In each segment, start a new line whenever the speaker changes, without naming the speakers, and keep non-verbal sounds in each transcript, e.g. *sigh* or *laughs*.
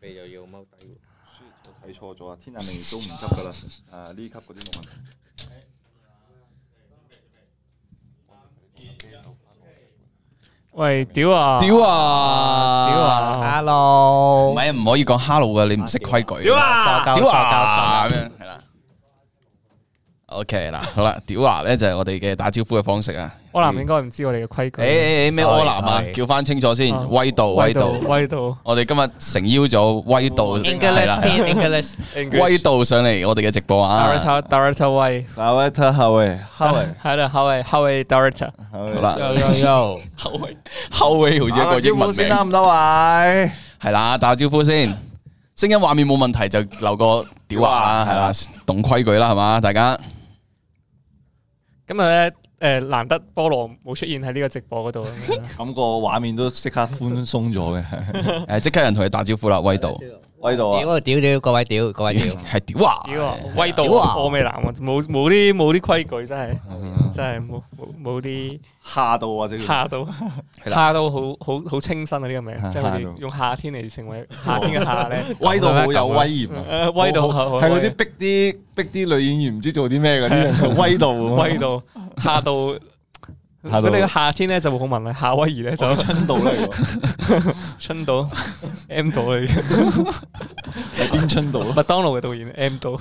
鼻又要踎低喎。
我睇錯咗啊！天下名都唔級噶啦，啊呢級嗰啲冇問題。
喂，屌啊！
屌啊！
屌
唔
啊
Hello，
係唔可以講 hello 噶，你唔識規矩。
屌啊
屌啊！
錯教錯
咁樣係啦。OK 嗱，好啦，屌啊咧就係我哋嘅打招呼嘅方式啊。
柯南應該唔知我哋嘅規矩。
誒誒誒咩柯南啊？
Sorry，sorry
叫翻清楚先
嗯啊，
威度
威
威
度
度。
威哦度，
我哋今日誠邀咗威度係
English
啦
in English，
威度上嚟我哋嘅直播啊。
director director 威，
嗱，喂，睇下喂，哈喂，
*laughs* 係啦，後位後位 director，
好
好啦，
又又
後衛後衛好似
啊
一個英文名
先。啦，咁多位。
系啦，打招呼先，聲音畫面冇問題就留個屌啊，係啦，懂規矩啦，係嘛，大家
今日啊咧誒難得菠蘿冇出現喺呢個直播嗰度，咁樣
咁個畫面都即刻寬鬆咗嘅，
诶即刻有人同你打招呼啦，威度
威度啊！
屌屌屌，各位屌各位屌，
係屌啊，
屌啊威度
屌啊
我未南冇冇啲冇啲規矩真係真係冇冇冇啲
下嗯到或者叫
下到
啦
下到好好好清新啊！呢個名
嚇
即係好似
嚇到
用夏天嚟成為夏天嘅夏咧，
*laughs* 威度好有威嚴啊！
誒 *laughs* 威度
係嗰啲逼啲逼啲女演員唔知做啲咩嗰啲人叫威度，
威度夏到。
夏
咁
到
你個夏天咧就冇好聞啦，夏威夷咧就
就春度嚟喎，
*laughs* 春到 M 到嚟嘅，
係邊春啊度咯？
麥當勞嘅導演 M 到，哦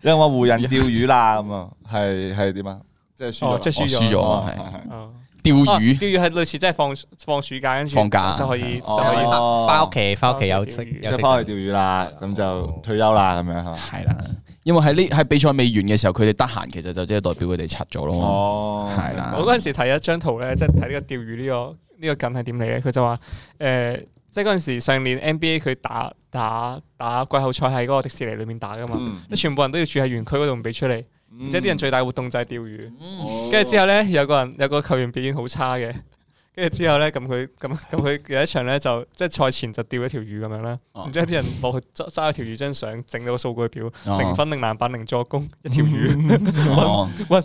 有人話湖人釣魚啦咁啊，係係點啊？即係輸咗啦，
即係
我
輸
輸
咗。
咗
哦
啊，係
哦
釣
啊
魚
釣魚係類似，即係放放暑假，跟住
放假
就可以就
哦
可以打。
翻屋企翻屋企有識
即
有
係
識
翻去釣魚啦，咁就退休啦，咁樣係嘛？
係啦，因為喺呢喺比賽未完嘅時候，佢哋得閒，其實就即係代表佢哋刷咗咯，
哦，
係啦
我嗰陣時睇一張圖咧，即係睇呢個釣魚呢、個呢、個近係點嚟嘅？佢就話誒、呃即係嗰陣時上年 NBA 佢打打打季後賽喺嗰個迪士尼裏面打噶嘛，
嗯
即係全部人都要住喺園區嗰度唔俾出嚟，
嗯
即係啲人最大活動就係釣魚。
哦
跟住之後咧，有個人有個球員表現好差嘅，跟住之後咧，咁佢咁咁佢有一場咧就即係賽前就釣一條魚咁樣啦，
哦
然之後啲人落去揸揸一條魚張相，整到個數據表，
哦
零分、零籃板、零助攻，一條魚 *laughs*
哦
喂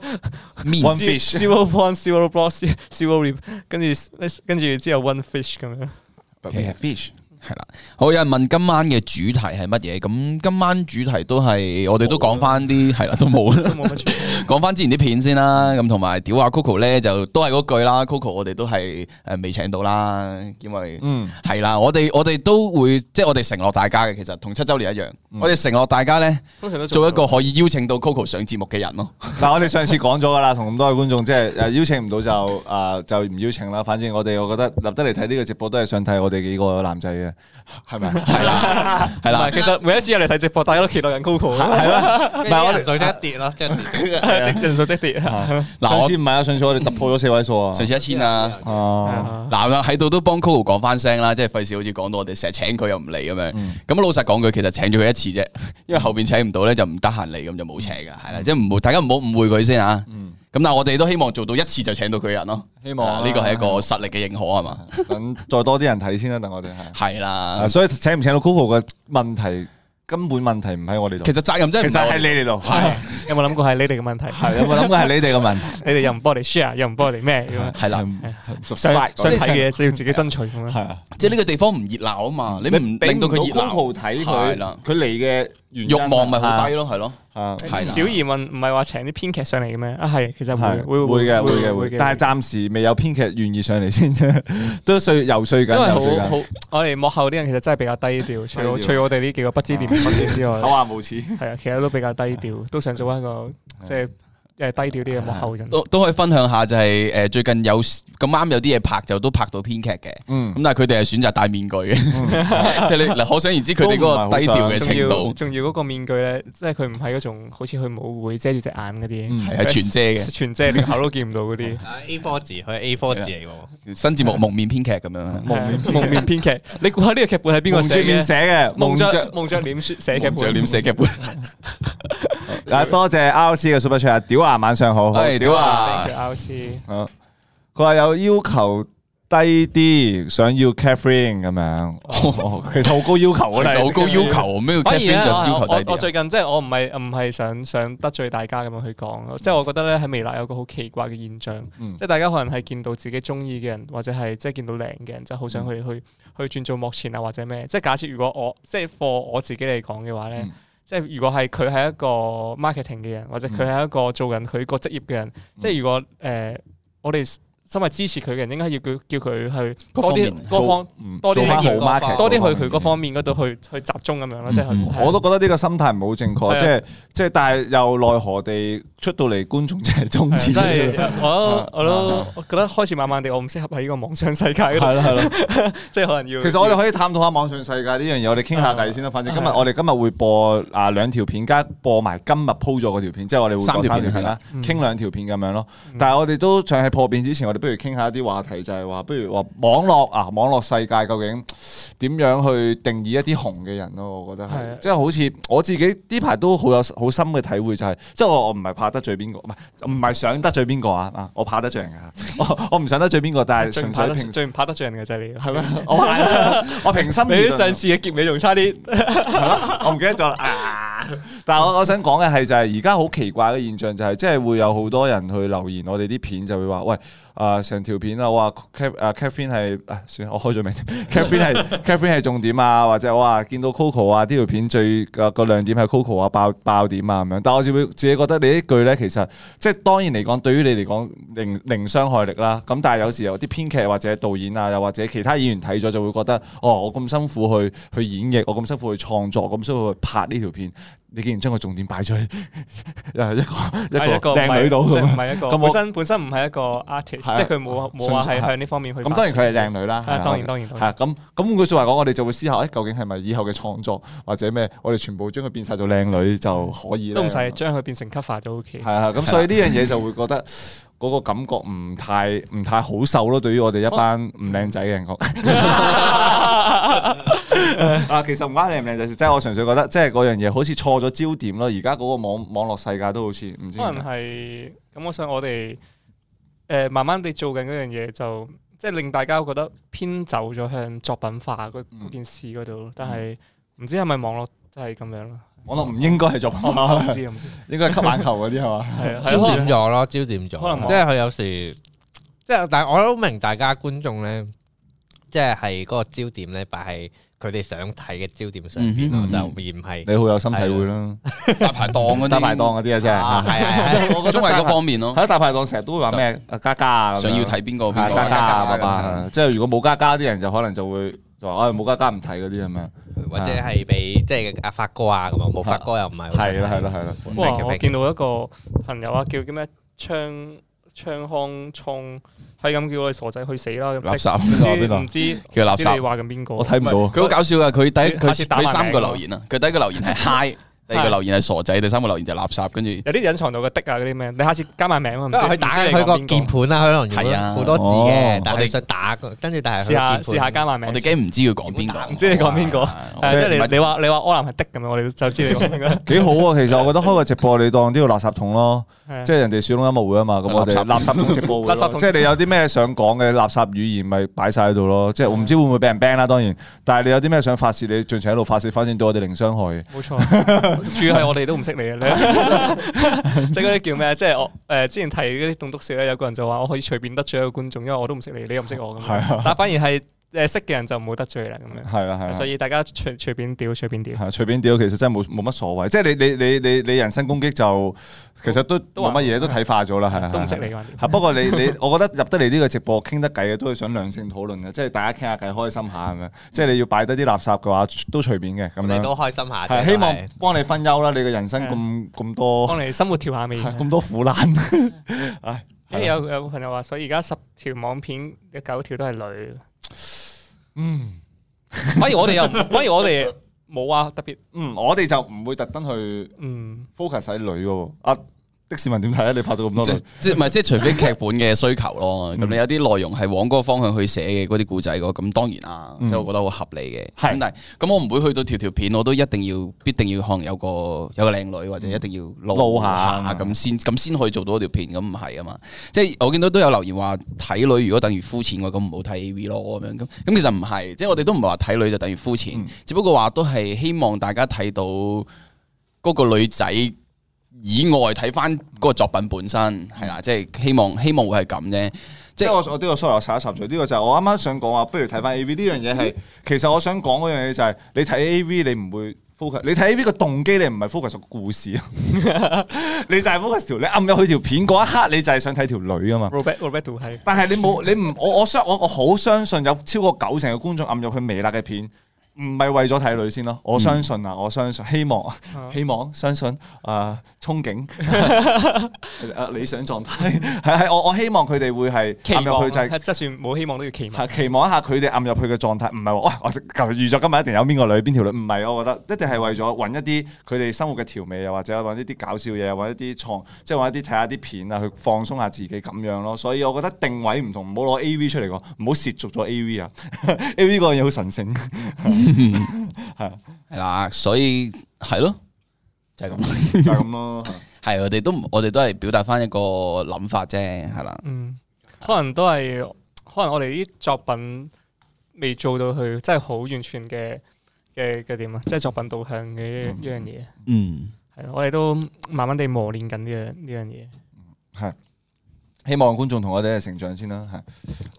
面
嗯 fish
，zero point、zero block、zero *laughs* rep，跟住跟住之後 one fish 咁樣，
But we have fish，
係啦，好有人問今晚嘅主題係乜嘢？咁今晚主題都係我哋都講翻啲係啦，都冇啦
啊 *laughs* 都。冇乜出現。
*laughs* 講翻之前啲片先啦，咁同埋屌下 Coco 咧，就都係嗰句啦。Coco 我哋都係誒未請到啦，因為
嗯，
係啦，我哋我哋都會即係我哋承諾大家嘅，其實同七周年一樣，我哋承諾大家咧
通嗯常都
做一個可以邀請到 Coco 上節目嘅人咯。
嗱，我哋上次講咗噶啦，同咁多位觀眾，即係誒邀請唔到就啊就唔邀請啦。反正我哋我覺得入得嚟睇呢個直播都係想睇我哋幾個男仔嘅，係咪？係啦，
係
唔係
啦，
其實每一次入嚟睇直播，大家都期待緊 Coco 啊，
唔
係我哋
哋一跌咯，即係
人 *laughs* 數即跌啊！
啊嗱
上次
我
唔係啊，上次我哋突破咗四位數啊。
上次一千啊。
啊，
嗱喺度都幫 Coco 講翻聲啦，即係費事好似講到我哋成日請佢又唔嚟咁樣。咁、
嗯
老實講句，其實請咗佢一
*laughs*
次啫，因為後邊請唔到咧就唔得閒嚟，咁就冇請
嗯
噶，係啦，即係唔好大家唔好誤會佢先啊。咁、但係我哋都希望做到一次就請到佢嘅人咯，
希嗯望啊
啊呢個係一個實力嘅認可啊嘛，
等再多啲人睇先啦，等我哋係。
係啦
啊，。所以請唔請到 Coco 嘅問題，根本問題唔喺我哋度，
其實責任真係
其
唔
實
係我
喺
哋
你哋度。
有冇諗過係你哋嘅問題？
係有冇諗過係你哋嘅問題？
你哋又唔幫我哋 share，又唔幫我哋咩咁樣？
係啦，
想想
即
睇
係
嘅嘢就要自己爭取咁樣。
係啊，
即係呢個地方唔熱鬧啊嘛，你唔令到佢熱鬧，
Coco 睇
係啦
佢嚟嘅原因
慾望咪好低咯，係咯，
啊。
係啦
小疑問唔係話請啲編劇上嚟嘅咩？啊係，其實會
係
會
會嘅會嘅會
會
嘅，但係暫時未有編劇願意上嚟先啫，都睡游說緊
因為
游
好
說緊，
好，我哋幕後啲人其實真係比較低
*laughs*
調，除
低
咗
調
除咗我哋呢幾個不知廉恥嘅之外，
下無恥。
係啊，其實都比較低
*laughs*
調，都想做一個即係誒低調啲嘅幕後人。
都都可以分享下就係、誒、最近有咁啱有啲嘢拍就都拍到編劇嘅，
嗯
咁但係佢哋係選擇戴面具嘅， *laughs* *laughs* 即係你嗱可想而知佢哋嗰個低調嘅
仲
程
要
度
仲要嗰個面具咧，即係佢唔係嗰種好似佢舞會遮住隻眼嗰啲，
嗯係係全遮嘅
*laughs* 全遮連口都見唔到嗰
*laughs*
啲。
A 4字，佢 A 4字嚟喎。
新節目蒙面編劇咁樣，
蒙面啊蒙面
*laughs*
編劇，你估下呢個劇本係邊個
蒙住
寫
面寫
嘅？
嘅，蒙
蒙
着
着蒙着臉書寫劇
蒙
本，
著臉寫劇
*laughs*
本，
啊！多謝 R C 嘅 super chat，啊屌啊晚上好，好
哎係屌啊！
Thank you，RC
好佢話有要求低啲，想要 Catherine 咁樣。哦其實好高要求啊，
其
*laughs*
實好高要求，咩叫
反
Catherine
而咧，
就要求
我
低
我我
啲啊。
最近即係我唔係唔係想想得罪大家咁樣去講咯，即係我覺得咧喺微辣有個好奇怪嘅現象，
嗯
即係大家可能係見到自己中意嘅人，或者係即係見到靚嘅人，就好
嗯
想去、去去轉做幕前啊或者咩。即係假設如果我即係 for 我自己嚟講嘅話咧。
嗯
即係如果係佢係一個 marketing 嘅人，或者佢
嗯
係一個做緊佢個職業嘅人，即係如果誒、呃我哋身為支持佢嘅人，應該要叫叫佢去
各
多
方面
啲多方
嗯
多啲
做翻好
經驗
market，
多啲
嗰
去佢嗰方面嗰度去去集中咁樣咯，即係啊
嗯
去
我都覺得呢個心態唔好正
係
確，
啊
即係即係，但係又奈何地出到嚟觀眾就係中
係啊
意，
真係我都我
啊
都我覺得開始慢慢地我唔適合喺呢個網上世界嗰度，
係啦係啦。
*laughs* 即係可能要
其實我哋可以探討下網上世界呢樣嘢，我哋傾下偈先啦。反正今日我哋今日會播啊兩條片，加播埋今日鋪咗嗰條片，即係我哋會播
三條
三
片
條片啦，
嗯
傾兩條片咁樣咯。但係我哋都想喺破片之前，我哋不如傾下一啲話題，就係話不如話網絡啊，網絡世界究竟點樣去定義一啲紅嘅人咯？我覺得
係啊
係，即係好似我自己呢排都好有好深嘅體會，就係即係我我唔係怕得罪邊個，唔係唔係想得罪邊個啊啊！我怕得罪人㗎，我我唔想得罪邊個，但係
最唔
純
怕
粹
得
平
最唔怕得罪人嘅就係你，
係咩？我係啊 *laughs* 我平心而
你
論啊
上次嘅結尾仲差啲，
我唔記得咗啦。啊但係我我想講嘅係就係而家好奇怪嘅現象就係，即係會有好多人去留言我哋啲片就會話喂。啊！成條片啊，哇 c a t 啊 Catherine 係啊，算啦我開咗名，Catherine 係
*laughs*
Catherine 係重點啊，或者我話見到 Coco 啊，呢條片最個個亮點係 Coco 啊爆爆點啊咁樣。但我自會自己覺得你呢句咧，其實即係當然嚟講，對於你嚟講零零傷害力啦。咁但係有時有啲編劇或者導演啊，又或者其他演員睇咗就會覺得，哦，我咁辛苦去去演繹，我咁辛苦去創作，咁辛苦去拍呢條片，你竟然將個重點擺咗喺 *laughs* 一個
係
一個靚女度
唔係
咁
即係
樣
唔係一個
咁我
本身本身唔係一個 artist，
係啊
即係佢冇冇
純
話係
粹
向呢方面去發
啊咁
展。
當然佢係靚女啦，
啊，
係
當然當然當
係
然
啊咁咁換句説話講，我哋就會思考，誒究竟係咪以後嘅創作或者咩，我哋全部將佢變晒做靚女就可以咧
都唔使將佢變成 cover 都 OK
啊係。啊，咁所以呢樣嘢就會覺得嗰個感覺唔太唔太好受咯，對於我哋一班唔靚仔嘅
*laughs*
人講。 *laughs* 啊，其實唔關靚唔靚仔事，即係我純粹覺得，即係嗰樣嘢好似錯咗焦點咯。而家嗰個網網絡世界都好似唔知點
可
解
能係咁，我想我哋誒、呃慢慢地做緊嗰樣嘢，就即係令大家覺得偏走咗向作品化嗰
嗯
嗰件事嗰度，但係唔知係咪網絡就係咁樣咯？
網絡唔應該係作品化，
唔知唔知，
應該係吸眼球嗰啲係嘛？
係啊，係
焦點
啊
咗咯，焦點咗，
可能
即係佢有時，即係但係我都明大家觀眾咧，即係係嗰個焦點咧擺喺佢哋想睇嘅焦點上邊咯，
嗯哼
就而唔係
你好有心體會啦，
大排檔嗰啲，
打埋檔嗰啲啊，真係。
啊，係係
即
係
*laughs* 係我覺
綜
得
藝
大
嗰方面咯，
喺大排檔成日都會話咩啊加加啊咁樣
想要睇邊個邊
啊
個
加加啊爸
咁
爸，即係如果冇加加啲人就可能就會就話唉冇加加唔睇嗰啲咁啊樣，
或者係俾即係阿發哥啊咁啊，冇發哥又唔係，
係啦係啦係啦，
哇！我見到一個朋友啊，叫叫咩昌昌康聰，係咁叫我哋傻仔去死啦！
垃圾
唔
邊
知
個
唔知唔
叫垃
知你
圾。
話緊邊個？
我睇唔
唔係
到
佢好搞笑噶，佢第一
下次
佢
打埋
佢三個
名
留言啊，佢第一個留言
*laughs*
係 hi，第二個留言係傻仔，第三個留言就係垃圾，跟住
有啲隱藏到嘅的啊嗰啲咩？你下次加埋名啊，唔知
因為佢打佢個鍵盤
啊
啦，佢可能用咗好多字
係啊
嘅，但
哦我
係
哋
想打個，跟住但係
試下試下加埋名
我哋。驚唔知佢講邊個，
唔知你
*laughs*
講邊個
啊
係即係
唔係
你你話你話柯南係的咁樣，我哋就知你講
*laughs*
邊個。
幾好啊！其實我覺得開個直播你當呢個垃圾桶咯，
係啊
即係人哋小龍音樂會啊嘛，咁我哋
垃圾
垃圾桶直播會
垃圾
咯，
桶
即係你有啲咩想講嘅垃圾語言咪擺晒喺度咯，即係我唔知會唔會俾人 ban 啦，當然，但係你有啲咩想發泄，你盡情喺度發泄，反正對我哋零傷害嘅。
冇錯， *laughs* 主要係我哋都唔識你嘅，你 *laughs* 即係嗰啲叫咩？即係我誒、呃之前睇嗰啲棟篤笑咧，有個人就話我可以隨便得罪一個觀眾，因為我都唔識你，你又唔識我咁
*laughs* 係
樣。但反而係誒識嘅人就唔好得罪啦咁
係啊啦係啦
樣。。所以大家隨隨便屌，隨便屌。
係啊隨便屌，其實真係冇冇乜所謂。即係你你你你你人身攻擊就其實都
都話
冇乜嘢，都睇化咗啦，係
都唔識你
係
㗎嘛
啊係不過你你，我覺得入得嚟呢個直播傾得偈嘅，都係想良性討論嘅，即係大家傾下偈，開心下咁樣。即係你要擺低啲垃圾嘅話，都隨便嘅咁
我哋
樣。
都開心下
係
啫，
希
*laughs*
望
但係
幫你分憂啦，你嘅人生咁咁多
啊 *laughs* 幫你生活調下味。
*laughs* 咁多苦難。唉，
因為有有個朋友話，所以而家十條網片有九條都係
*laughs*
女。嗯，反而我哋又唔，反而我哋冇啊，特別
嗯，我哋就唔會特登去
嗯
focus 喺女嘅喎。啊，的士文點睇啊？你拍到咁多
即
女，
即唔係即係除非劇本嘅需求咯，咁你有啲內容係往嗰個方向去寫嘅嗰啲故仔嗰，咁當然啦，即係我覺得好合理嘅。
係
咁但係咁我唔會去到條條片我都一定要必定要可能有個有個靚女或者一定要
撈
撈
下
下咁先咁先可以做到嗰條片，咁唔係啊嘛。即係我見到都有留言話睇女如果等於膚淺嘅話，咁唔好睇 A V 咯咁樣咁咁其實唔係，即係我哋都唔係話睇女就等於膚淺，
嗯
只不過話都係希望大家睇到嗰個女仔。以外睇翻嗰個作品本身係啦，即係希望希望會係咁啫。
嗯即
即
係
係
我我呢 *laughs* 個 sorry 我插一插嘴，呢個就係我啱啱想講話，不如睇翻 A V 呢樣嘢係，其實我想講嗰樣嘢就係你睇 A V 你唔會 focus，你睇 A V 個動機你唔係 focus 個故事，啊 *laughs* 你就係 focus 條你暗入去條片嗰一刻，你就係想睇條女啊嘛。
Robert Roberto 係
但係
*laughs*
你冇 *laughs* 你唔我我相我我好相信有超過九成嘅觀眾暗入去微辣嘅片，唔係為咗睇女先咯。
嗯
我相信啊，我相信希望希望相信啊、憧憬 *laughs* 啊理想狀態係係我我希望佢哋會係
期
暗
望啊
入去就係、
係就算冇希望都要期望。
係期望一下佢哋暗入去嘅狀態，唔係話喂我就預咗今日一定有邊個女邊條女，唔係我覺得一定係為咗揾一啲佢哋生活嘅調味，又或者揾一啲搞笑嘢，揾一啲創，即係揾一啲睇下啲片啊，去放鬆下自己咁樣咯。所以我覺得定位唔同，唔好攞 A V 出嚟講，唔好涉足咗 A V 啊 *laughs* ，A V 嗰樣嘢好神聖。
*laughs* 係啦，所以係咯，就係咁。
*laughs* 就係咁咯。
*laughs* 係我哋都唔我哋都係表達翻一個諗法啫，係
*laughs*
啦。
嗯，可能都係，可能我哋啲作品未做到去，真係好完全嘅嘅嘅點啊，即係作品導向嘅一一樣嘢。
嗯，
係我哋都慢慢地磨練緊呢樣呢樣嘢。
希望觀眾同我哋一齊成長先啦，係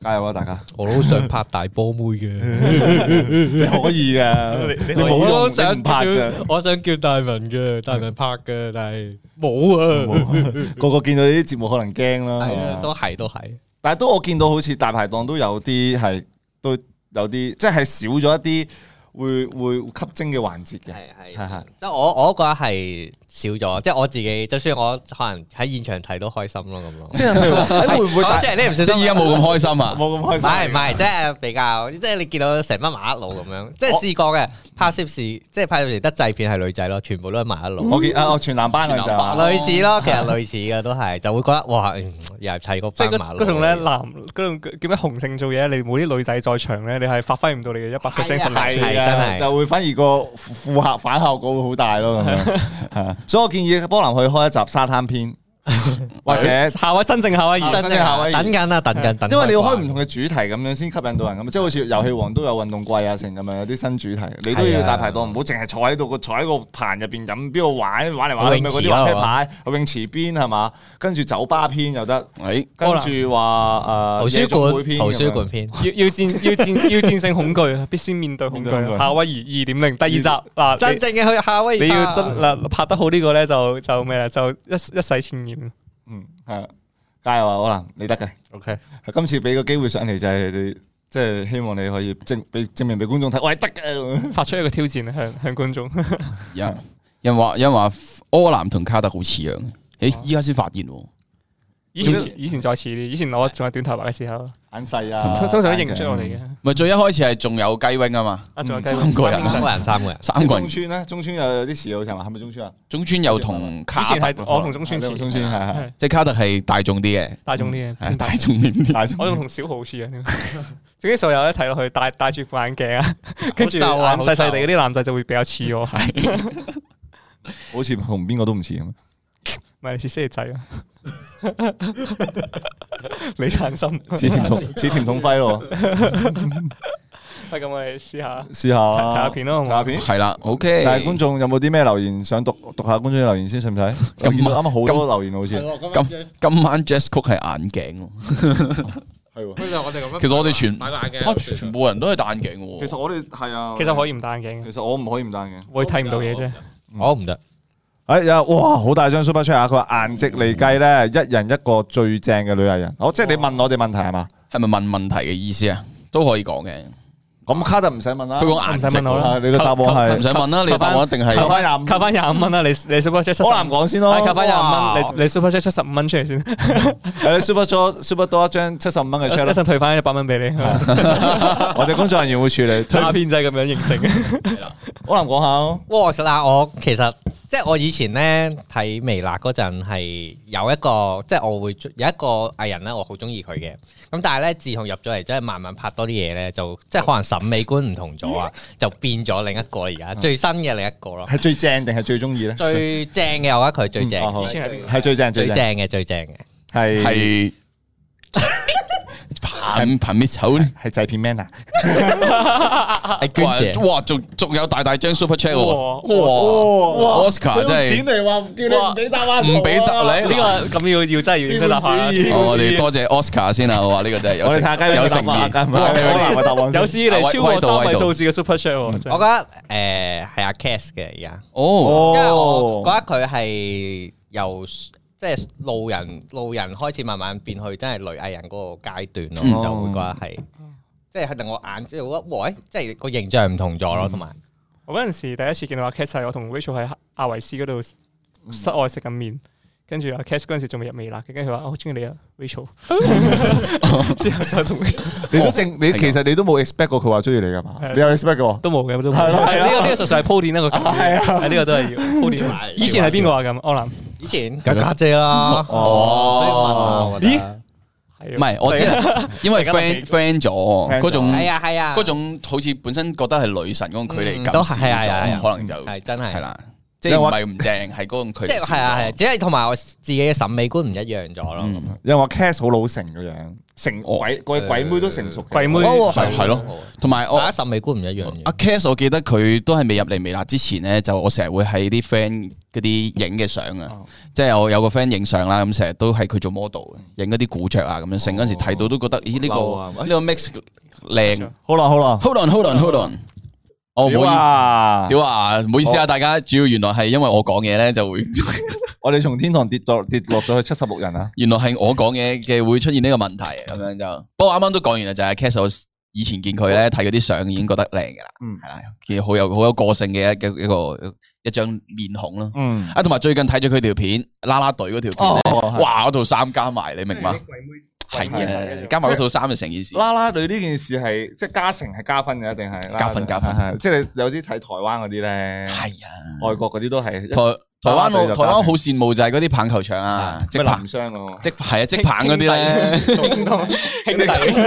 加油啊大家！
我都想拍大波妹嘅，
*laughs* 你可以嘅，你冇用
我想
唔拍啫。
叫我想叫大文嘅，大文拍嘅，但係冇啊，
個個見到呢啲節目可能驚啦，
係
係
啊
嘛，
都係都係，
但係都我見到好似大排檔都有啲係都有啲，即係少咗一啲會會吸睛嘅環節嘅，
係
係係
即係我我覺得係少咗，即係我自己，就算我可能喺現場睇都開心咯咁咯。
即係譬如話誒
*laughs*
會唔會大
講即係你唔小
即
心
係依家冇咁開心
*laughs*
冇
啊！
咁開
唔
心？
係唔係，即係比較，即係你見到成班麻甩佬咁樣，即係
我
試過嘅拍攝時，即係拍攝時得製片係女仔咯，全部都係麻甩佬，
我見啊，我全男班啊嘅
全男班
咋，
類似咯，其實類似嘅都係，就會覺得哇，嗯又係砌嗰
即
班
係
麻甩
嗰嗰
佬
種咧，男嗰種叫咩雄性做嘢，你冇啲女仔在場咧，你係發揮唔到你嘅一百 percent 實力。
係啊真係
就會反而個負合反效果會好大咯咁樣，係啊所以我建議波林去開一集沙灘篇，或者。
夏威真正夏威夷，
真係夏威夷
等緊啊，等緊等緊，
因為你要開唔同嘅主題咁樣先吸引到人咁，即係好似遊戲王都有運動季啊，成咁樣有啲新主題，你都
係
要
啊
大排檔，唔好淨係坐喺度個坐喺個棚入邊飲，邊度玩玩嚟玩去
泳
咪
池
嗰啲玩
啊
啤
係
牌，泳池邊係嘛，跟住酒吧篇又得，
喂，
跟住話誒
圖
夜
書
總會
館
篇
圖
咁樣
書館篇，
要要戰要戰要戰勝恐懼，啊必先面對恐
面對恐
懼。
懼
夏威夷二點零第二集嗱，
真
你
正嘅去夏威夷
你要
啊
真嗱拍得好呢個咧，就就咩啦，啊就一一洗千染。
嗯係啊，加油啊，可能你得嘅，
OK，
今次俾個機會上嚟就係你。即係希望你可以證俾證明俾觀眾睇，喂得嘅咁樣，
發出一個挑戰啊向向觀眾，
有人有人話有人話柯南同卡特好似
哦
樣，誒依家先發現喎。
以前
總之
以前再似啲，以前我仲係短頭髮嘅時候，
眼細啊，
通常都認唔出我哋嘅。
咪最一開始係仲有雞 wing 啊嘛，
啊，仲有
三個人啊
三個人三個人，
三個
中
人，
村咧，中村又有啲似好似係嘛，係咪中村啊？
中村又同
以
卡
前係
特，
我同中村
係
似
你，同中村係係
係
即係卡特係大眾啲嘅，
大眾啲嘅，
係嗯大眾面啲。
大中
我仲同小豪似啊。 *laughs* 總之所有咧睇落去戴戴住副眼鏡啊，跟住眼
瘦啊好瘦
細細地嗰啲男仔就會比較似我，係
好似同邊個都唔似咁。
*laughs* 咪
*laughs*
似星爺仔
*laughs*
啊？李燦森，
似
*laughs*
甜筒似甜筒輝咯，
係咁，我哋試下
試下
睇睇下片咯好唔好
睇下片。
係啦，OK。
但係觀眾有冇啲咩留言想讀讀下觀眾嘅留言先，使唔使？咁啱啱好多留言好似
咁今晚 Jazz 曲係眼鏡喎，
係喎。
我哋咁樣
其實我哋全
買個眼
啊全部人都係戴眼鏡喎。
其實我哋係啊，
其實可以唔戴眼鏡嘅，
其實我唔可以唔戴嘅。
會睇唔到嘢啫。
我唔得，
哎呀，哇，好大張 super chat 啊！佢話顏值嚟計咧，一人一個最正嘅女藝人。哦，即係你問我哋問題係嘛？
係咪問問題嘅意思啊？都可以講嘅。
咁卡特唔使問啦。
佢講顏值
唔使問我啦
喎，
啊你個答案
唔
係
使問啦，你個答案一定
扣
係
翻廿五，
扣翻廿五蚊啦，你你 super chat 七十
柯南
五，
講先咯。
係扣翻
哇
廿五蚊，你你 super chat 出十五蚊出 *laughs* 嚟先，一
係你 super 多 super 多一張七十五蚊嘅 chat 咯。
陣退翻一百蚊俾你，
*laughs* 我哋工作
*laughs*
人員會處理。
詐騙仔咁樣形成。
柯南講下咯。
哇！實啦，我其實即即係我以前咧睇微辣嗰陣係有一個，即係我會追有一個藝人咧，我好中意佢嘅。咁但係咧，自從入咗嚟，即係慢慢拍多啲嘢咧，就即係可能審美觀唔同咗啊，就變咗另一個而家最新嘅另一個咯。
係最正定係最中意咧？
最正嘅我覺得佢最
嗯哦
正，
好
以前係邊個
係最正
最
最
正
正
嘅最正嘅。
*laughs*
係
係憑憑咩丑呢？
係製片 man
*laughs*
啊！
係娟姐
哇，哇，仲仲有大大張 super check 喎！
哇
哇，Oscar 真係
佢用錢嚟話叫你唔俾答啊，
唔俾答你
呢個咁要要真係要認真答啊下啦。
資本主義
哦我哋多謝 Oscar 先啊！我話呢個真係有
我哋
誠
睇下雞
有
有
誠
答法
意。
㗎，唔係我
*laughs*
答案先
有史以嚟超過三位數字嘅 super chat 喎，真
我覺
係
得誒係阿 Cass 嘅而家，
哦，
因為
哦
我，覺得佢係由即係路人路人開始慢慢變去真係女藝人嗰個階段
嗯
咯，就會覺得係即係令我眼即係覺得喂，即係個形象唔同咗咯，同埋
我嗰陣時第一次見到阿 Cass 係我同 Rachel 喺阿維斯嗰度
嗯
室外食緊面，跟住阿 Cass 嗰陣時仲未入微辣嘅，跟住佢話我好中意你啊 Rachel，之後再同 Rachel
哦
哦
你都正，你其實你都冇 expect 過佢話中意你㗎嘛？你有 expect 嘅
都冇嘅，都冇。 *laughs*
係咯
係
係
啊
咯
呢個呢個純粹係鋪墊一個感覺，
係啊
係呢個都係要鋪墊埋。以前係邊個啊咁？柯南
以前
梗係家
姐
啊
啦，
哦
所以問下
係啊
唔係我知
*laughs*
啊，因為
大家都
friend
幾
friend 咗
咗
嗰種
係啊係啊，
嗰種好似本身覺得係女神嗰種距離
嗯
感
都
少
係係係
咗，
係
可能就
係真係
係。啦，即係
又
唔
或
係唔正，係嗰種距
即
離
係
少
係啊係啊，
咗。
只係同埋我自己嘅審美觀唔一樣咗咯。
嗯
喎，有人話 Cass 好老成嘅樣，成
哦
鬼鬼鬼妹都成熟嘅，
鬼妹
哦
係係咯，同埋我
大家審美觀唔一樣
*laughs*
嘅 *laughs*
阿 Cass，我記得佢都係未入嚟微辣之前咧，就我成日會喺啲 friend 嗰啲影嘅相啊，
哦
即係我有個 friend 影相啦，咁成日都係佢做 model，嘅影嗰啲古着啊咁樣，成嗰陣時睇到都覺得，咦呢
嗯哦嬲啊
個呢個 mix 靚
好啦好啦，
，hold on，hold on，hold on，哦唔
屌
好意
啊！
屌啊，唔好意思啊，大家主要原來係因為我講嘢咧就會，
*laughs* 我哋從天堂跌落跌落咗去七十六人啊！
原來係我講嘢嘅會出現呢個問題，啊咁樣就，不過啱啱都講完啦，就係 Cass 我以前見佢咧睇嗰啲相已經覺得靚噶啦，
嗯
係啦，其實好有好有個性嘅一嘅一個一張面孔咯。
嗯，哦
啊，同埋最近睇咗佢條片，啦啦隊嗰條片咧，哇，嗰套衫加埋，你明嘛？係嘅，加埋嗰套衫就成件事。
啦啦隊呢件事係即係加成係加分嘅，一定係
加分加分
係係即係你有啲睇台灣嗰啲咧，
係啊，
外國嗰啲都係
台台灣
啦啦隊
我
就
台灣好羨慕就係嗰啲棒球場啊，即
咩
棒
男雙喎，
即係啊，即棒嗰啲咧，兄弟兄弟，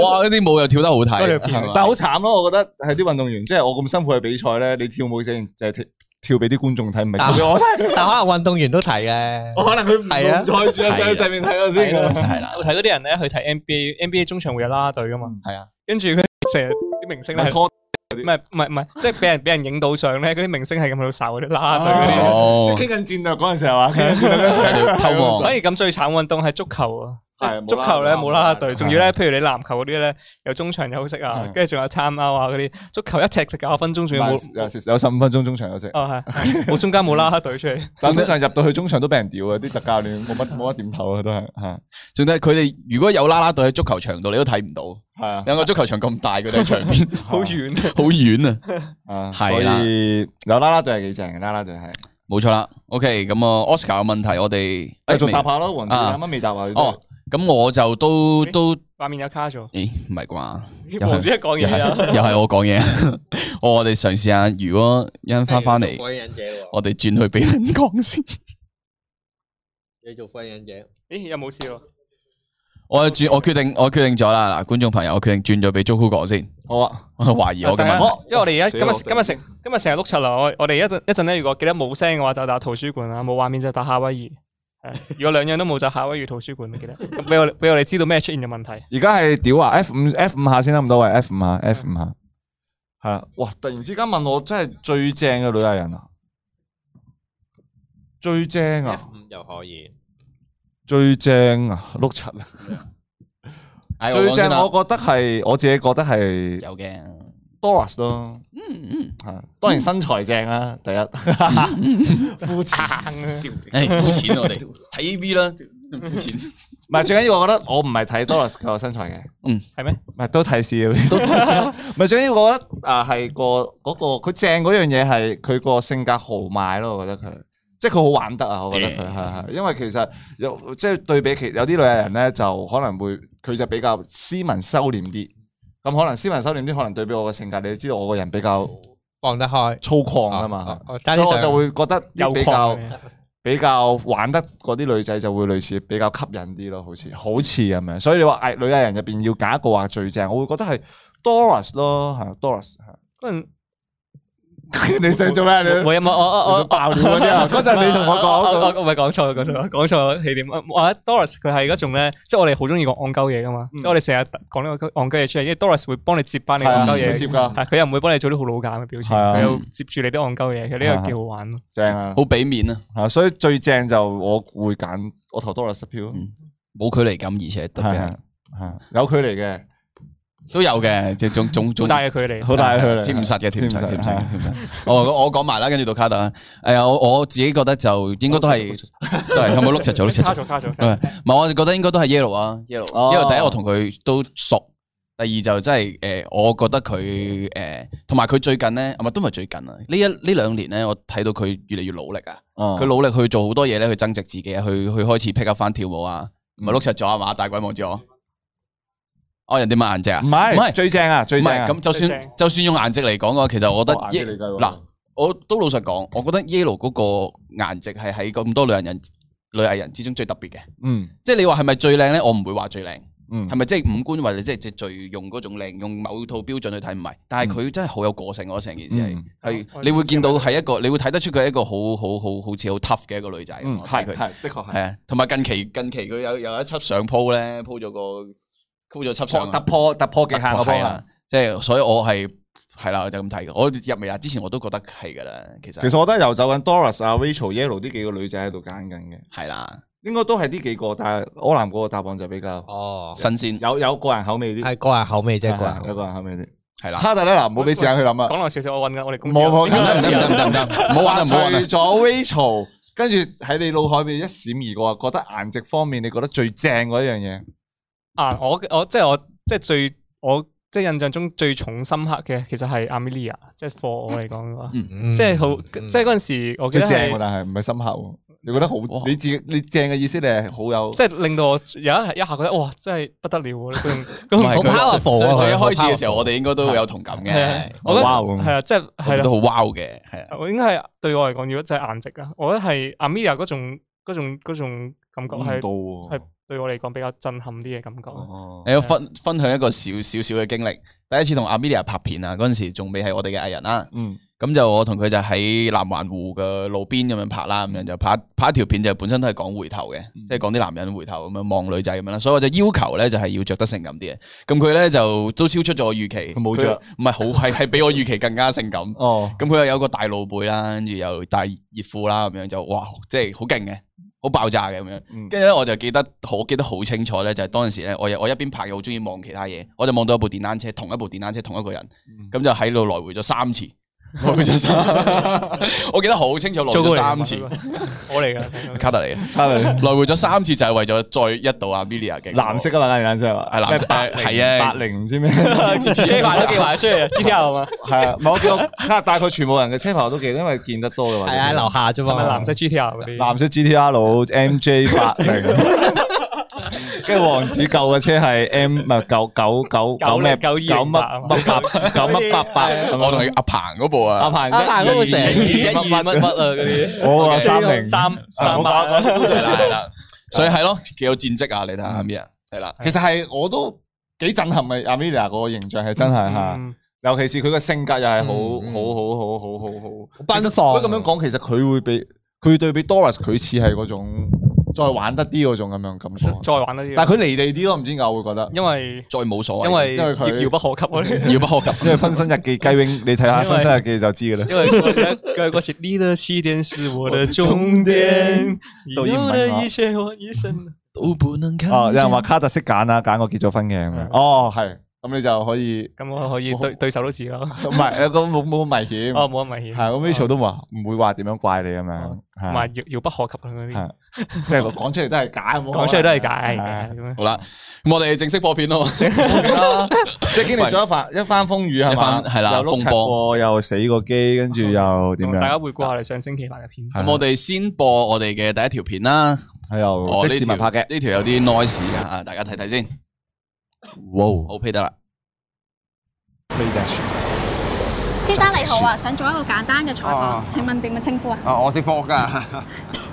*laughs* 哇，嗰啲舞又跳得好睇，啊係嘛
但係好慘咯，我覺得係啲運動員，即係我咁辛苦去比賽咧，你跳舞竟然就係跳跳俾啲觀眾睇，唔係跳俾我睇。
啊但可能運動員都睇嘅。
我可能佢唔
係啊
再住喺上面睇我
係
先
啦
㗎。
係啦
我，睇到啲人咧去睇 NBA NBA 中場會有啦啦隊噶嘛，
係啊，
跟住佢成日啲明星咧係。
拖
唔係唔係唔係，即係俾人俾人影到相咧，嗰啲明星係咁喺度哨嗰啲啦啦隊嗰啲。
哦，啊
傾緊戰略嗰陣時係嘛？傾緊戰略
偷望
反而咁最慘運動係足球啊，即係
係啊
足球咧冇啦啦隊，
冇啦啦隊
仲要咧，譬如你籃球嗰啲咧有中場休息啊，
嗯
係
跟住仲有 time out 啊嗰啲，足球一踢踢九十分鐘，仲要冇
有有十五分鐘中場休息。
*laughs*
哦係，冇中間冇啦啦隊出嚟。
但通常入到去中場都俾人屌啊！啲特教練冇乜冇乜點頭啊，都係嚇
仲有佢哋如果有啦啦隊喺足球場度，你都睇唔到。
係啊
兩個足球場咁大，佢哋喺場邊
*laughs* 好遠，
好遠啊！
啊，所
係啦
以有啦啦隊係幾正嘅，啦啦隊係。
冇錯啦。OK，咁啊，Oscar 嘅問題我哋
繼
誒
續
未
答下咯，黃子
啊
啱啱未答啊。
哦，咁我就都
咦
都
畫面有卡咗。
咦唔
*laughs*
係啩？又係
王子一講
又
嘢
係
啊，
又係我講嘢。哦 *laughs* 我哋嘗試下，如果一陣翻
*laughs*
翻嚟，
火哎影忍者喎，
我哋轉去俾人
*laughs*
講先。
你做火影忍者，
咦有冇事喎？
我轉，我決定，我決定咗啦。嗱，觀眾朋友，我決定轉咗俾 Jojo 講先。
好啊，
我 *laughs* 懷疑我嘅
大家
問題。
因為我哋而家今日
死
今
我
日成今日成日碌柒啦，我我哋一陣一陣咧，如果記得冇聲嘅話就打圖書館啊啦，冇畫面就打夏威夷。係 *laughs* 如果兩樣都冇就夏威夷圖書館，記得咁俾我俾我哋知道咩出現嘅問題。
而家係屌啊！F 五 F 五下先啦，咁多位 F 五下 F 五下，係啦，哇！突然之間問我真係最正嘅女藝人啊，最正啊，
五又可以。
最正啊，碌柒啊，
唉哎我
最
講先
正
啦，
我覺得係我自己覺得係
有嘅。
Doris 咯，
嗯
啊係
*laughs*
當然身材正啦，第一嗯膚淺，啊
嗯， *laughs* 唉，膚淺我哋睇 A V 啦，膚淺。
*laughs* 唔係最緊要，我覺得我唔係睇 Doris 個身材嘅。
係咩？
唔嗯係都睇笑， *laughs* 唔係最緊要，我覺得啊係個嗰個佢正嗰樣嘢係佢個性格豪邁咯，我覺得佢即係佢好玩得啊，我覺得佢係係，因為其實有即係對比其有啲女藝人咧，就可能會佢就比較斯文收斂啲，咁可能斯文收斂啲，可能對比我個性格，你都知道我個人比較
放得開
粗犷啊嘛
哦，哦
所
爭
以
啲
我
上
就會覺得
有
啲比
狂
較
嘅
比較玩得嗰啲女仔就會類似比較吸引啲咯，好似好似咁樣。所以你話哎藝女藝人入邊要揀一個話最正，我會覺得係 Doris 咯，係 Doris 係。
可能
*laughs* 你想做咩？你
冇啊！冇我我我
想爆料嗰啲啊！嗰陣你同我
我
講，
我我咪講錯講錯講錯起點。我覺得 Doris 佢係嗰種咧，即係我哋好中意講戇鳩嘢噶嘛，
嗯
即係我哋成日講呢個戇鳩嘢出嚟，因為 Doris 會幫你接班你
係
戇
啊
鳩
會
嘢，
接㗎
係佢又唔會幫你做啲好老尷嘅表情，
係啊
佢又接住你啲戇鳩嘢，佢呢個幾好玩咯。
*laughs* 正啊！
好俾面啊，
啊，所以最正就我會揀我投 Doris 票，
嗯冇距離感，而且特
係
別係
係係有距離嘅。
都有嘅，即係仲仲
好
仲
大嘅距離，
*laughs* 好大嘅距離
貼唔實嘅，貼唔實，
貼
貼
唔實
唔實
係
嘅，貼唔實。我我講埋啦，跟住到卡特啦。誒，我我自己覺得就應該都係都係有冇碌柒咗，碌柒
卡
咗。
咗卡咗。
誒唔係，我就覺得應該都係 yellow 啊
哦
，yellow。因為第一我同佢都熟，第二就真係誒，我覺得佢誒，同埋佢最近咧，唔係都唔係最近啊，呢一呢兩年咧，我睇到佢越嚟越努力啊。佢
佢
努力去做好多嘢咧，去增值自己啊，去去開始 pick up 翻跳舞啊，
嗯
唔係碌柒咗啊嘛，大鬼望住我。哦，人哋抹顏值啊？
唔
唔
係
係
最正啊，最
唔
正
係
啊
咁，就
最
算
正
就算用顏值嚟講嘅話，其實我覺得
哦顏值嚟計喎
Ye- 嗱，我都老實講，我覺得 Yellow 嗰個顏值係喺咁多女藝人女藝人之中最特別嘅。
嗯
即係你話係咪最靚咧？我唔會話最靚，
嗯
係咪即係五官或者即係即係最用嗰種靚，用某套標準去睇唔係？但係佢真係好有個性咯，成件事係
嗯
係
我
你會見到係一個，你會睇得出佢係一個好好好好似好 tough 嘅一個女仔。
嗯，
我睇
係
佢
係的確係
係啊，同埋近期近期佢有有一輯相鋪咧，鋪咗個鋪咗輯
破
相
突破突破極限
我啊係
嗰方啊
啦。，即係所以我係係啦，我就咁睇嘅。我入微辣之前我都覺得係噶啦，其
其
實
實我覺得游走緊 Doris 啊、Rachel、Yellow 呢幾個女仔喺度揀緊嘅，
係啦，
應該都係呢幾個，但係柯南嗰個答案就比較
哦，
新鮮
有有個人口味啲，
係個人口味啫，
係
個
係有
人
個人口味啲。
係啦，
卡特咧嗱，唔好俾時間佢諗啊
講。落少少，我揾緊我哋公司
冇
有。
冇
唔得唔得唔得唔得唔得，唔好玩啦唔
除
好玩啦。
咗 Rachel，跟住喺你腦海邊一閃而過，覺得顏值方面你覺得最正嗰一樣嘢，
啊！我我即係我即係最我即係印象中最重深刻嘅，其實係 Amelia，即係 for 我嚟講嘅話，
嗯
即係好即係嗰陣時，我記
最
得
正
係
喎，但係唔係深刻喎。你覺得好
哇，
你自己你正嘅意思，你係好有
即係令到我有一一下覺得哇，真係不得了
*laughs*
喎！嗰種
唔
好
係佢
powerful 啊
最最一
佢
開始嘅時候，
好 powerful
我哋應該都會有同感
係啊
嘅，，
我覺得
哇咁
係啊，即係係
係
啦
都，好 wow 嘅，係啊。
我應該係對我嚟講，如果就係顏值啊，我覺得係 Amelia 嗰種嗰種嗰種感覺
估唔
係
到喎
係對我嚟講比較震撼啲嘅感覺。
哦
你要
啊
分分享一個少少少嘅經歷。第一次同 Amelia 拍片啊，嗰陣時仲未係我哋嘅藝人啊啦。
嗯
咁就我同佢就喺南環湖嘅路邊咁樣拍啦，咁樣就拍拍一條片就本身都係講回頭嘅，
嗯
即係講啲男人回頭咁樣望女仔咁樣啦。所以我就要求咧就係要着得性感啲嘅。咁佢咧就都超出咗我預期，
佢冇着，
唔係好係係比我預期更加性感。咁
哦，
佢又有個大露背啦，跟住又大熱褲啦，咁樣就哇，即係好勁嘅，好爆炸嘅咁樣。
嗯
跟住咧，我就記得好記得好清楚咧，就係當陣時咧，我又我一邊拍嘅，好中意望其他嘢，我就望到一部電單車，同一部電單車同一個人，
嗯
咁就喺度來回咗三次，來回咗三， *laughs*
*laughs*
我記得好清楚，來回咗三 *laughs* 次，
我嚟㗎。
卡特嚟嘅，
卡特
來回咗三次就係為咗再一度阿 Milia 嘅
藍色，啊嘛，眼睛係
係藍色
白
係啊
八零唔知
*laughs*
咩，
啊車牌都幾 *laughs* 埋出嚟啊，GTR 啊嘛，
係啊，唔係我見到卡特大概全部人嘅車牌我都記得，因為見得多嘅話，
係啊，樓下啫
係
嘛，
咪藍色 GTR 嗰啲？
藍色 GTR 佬 MJ 八零，跟住王子舊嘅車係 M 唔係九九九九咩
九
九
二零
乜
八啊
乜八九乜八八咁樣，
我同你阿鵬嗰部
阿
啊，
鵬
阿鵬嗰部成
一二乜乜，
啊嗰啲
我話三零
三三
我
八，
係啦係啦，所以係咯，幾有戰績啊！你睇下 Milia 係啦，
其實係我都幾震撼嘅 Amelia 嗰個形象係真係嚇，
嗯
尤其是佢嘅性格又係好
嗯
好好好好好好
好奔放
不過咁樣講，其實佢會比佢對比 Doris 佢似係嗰種再玩得啲嗰種咁樣感覺，
再玩多啲。啊
但係佢離地啲咯，唔知點解我會覺得。
因為
再冇所謂，
因為
因為佢
遙不可及我哋。
*laughs*
遙不可及。
因為分身日記雞 wing，你睇下
因為
分身日記就知噶啦。
*laughs*
*laughs*
因为我在歌歌起，你的起点是我的终点，你
都英文啊
的一切我一
*laughs*
生。
都不能看
哦，有人話卡特識揀啊，揀個結咗婚嘅咁樣。
嗯
哦，係，咁你就可以
咁我可以
我
對對手都似咯。
*laughs* 唔係有個冇冇咁危
*laughs*
險。
哦，冇咁危險。
係咁 Rachel
都
都話唔會話點樣怪你咁樣
哦，
係
同埋遙遙不可及啊嗰啲，
係即係講出嚟都係假，講
講出嚟都係假嘅
係
咁樣。
好啦，咁我哋正式播片咯。 *laughs*
即係經歷咗一番一番風雨係嘛，
一番係啦
又碌
風
柒
波嗯
過，又死過機，跟住又點
同大家
樣？
回顧下嚟上星期拍嘅片。
係啊
咁我哋先播我哋嘅第一條片啦。
係啊由
哦，
的士
呢
文拍
條
嘅。
呢條有啲 noise 嘅吓，大家睇睇先。
哇
OK 得啦。
，play that shit。
先生你好啊，想做一個簡單嘅採訪
哦，
請問點樣稱呼啊？
啊，我識科㗎，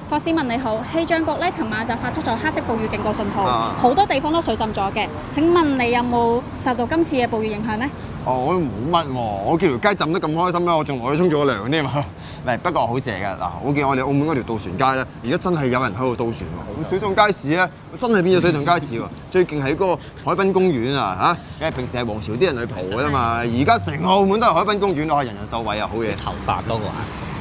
霍斯文你好，氣象局咧琴晚就發出咗黑色暴雨警告信號，
啊
好多地方都水浸咗嘅。請問你有冇受到今次嘅暴雨影響呢？
哦，我都冇乜喎，我叫條街浸得咁開心啦，我仲落去沖咗個涼添啊！唔不過好蛇㗎嗱，我見我哋澳門嗰條渡船街咧，而家真係有人喺度渡船喎。咁水上街市咧，真係變咗水上街市喎。最勁喺嗰個海濱公園啊嚇，因為平時係皇朝啲人去蒲㗎啦嘛，而家成個澳門都係海濱公園，我係人人受惠啊，好嘢！
頭髮多過眼。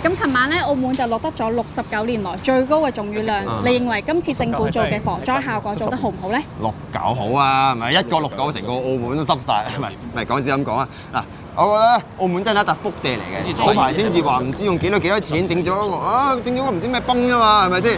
咁琴晚咧，澳門就錄得咗六十九年來最高嘅總雨量。你認為今次政府做嘅防災效果做得好唔好呢？
六九好啊，咪一個六九成個澳門都濕晒，唔係唔係講笑咁講啊！嗱，我覺得咧澳門真係一笪福地嚟嘅，早排先至話唔知用幾多幾多錢整咗一個啊，整咗個唔知咩崩啫嘛，係咪先？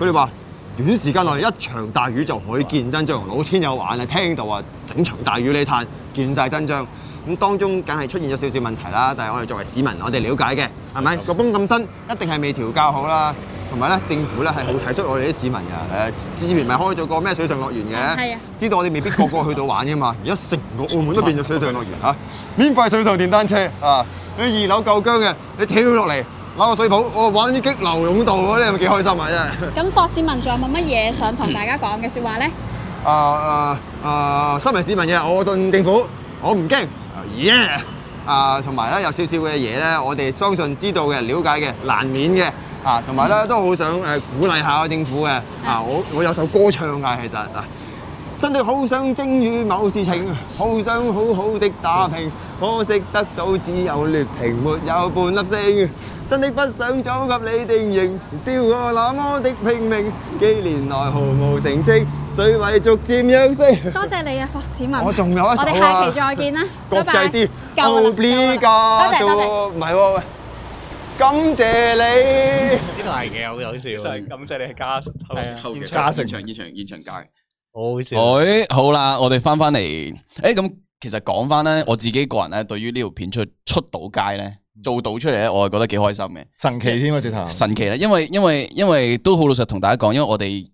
佢哋話短時間內一場大雨就可以見真章，老天有眼啊！聽到啊，整場大雨呢嘆見晒真章。咁當中梗係出現咗少少問題啦，但係我哋作為市民，我哋了解嘅係
嗯
咪個崩咁新，一定係未調教好啦。同埋咧，政府咧係好體恤我哋啲市民嘅。誒，之前咪開咗個咩水上樂園
係
嘅
啊，
知道我哋未必個個去到玩嘅嘛。而家成個澳門都變咗水上樂園嚇，免費水上電單車啊！你二樓夠姜嘅，你跳落嚟攞個水泡，我玩啲激流勇道嗰啲，係咪幾開心啊！真係〜
咁霍斯文仲有冇乜嘢想同大家講嘅説話呢？
啊啊啊！身為市民嘅，我信政府，我唔驚。耶！啊，同埋咧有少少嘅嘢咧，我哋相信知道嘅、了解嘅、難免嘅啊，同埋咧都好想誒鼓勵下政府嘅啊！我我有首歌唱㗎，其實啊。真係好想精於某事情，好想好好的打拼，可惜得到只有劣評，沒有半粒星。真的不想早給你定型，笑我那麼的拼命，幾年來毫無成績，水位逐漸揚升。
多謝你啊，霍斯文。
我仲有一首啊
我哋下期再見啦，
國
拜拜。
際啲
夠啦夠啦多謝多謝。
，obrigado，唔係喎，喂感謝你。
呢個係嘅，好搞
就
笑，
係感謝你係加
後期
現
加成
場
現場現場現場界。
好好笑。
哎，好啦，我哋翻翻嚟，诶、咁其實講翻咧，我自己個人咧，對於呢條片出出到街咧，做到出嚟咧，我係覺得幾開心嘅，
嗯
呃
神奇添啊！直頭
神奇啦，因為因為因為都好老實同大家講，因為我哋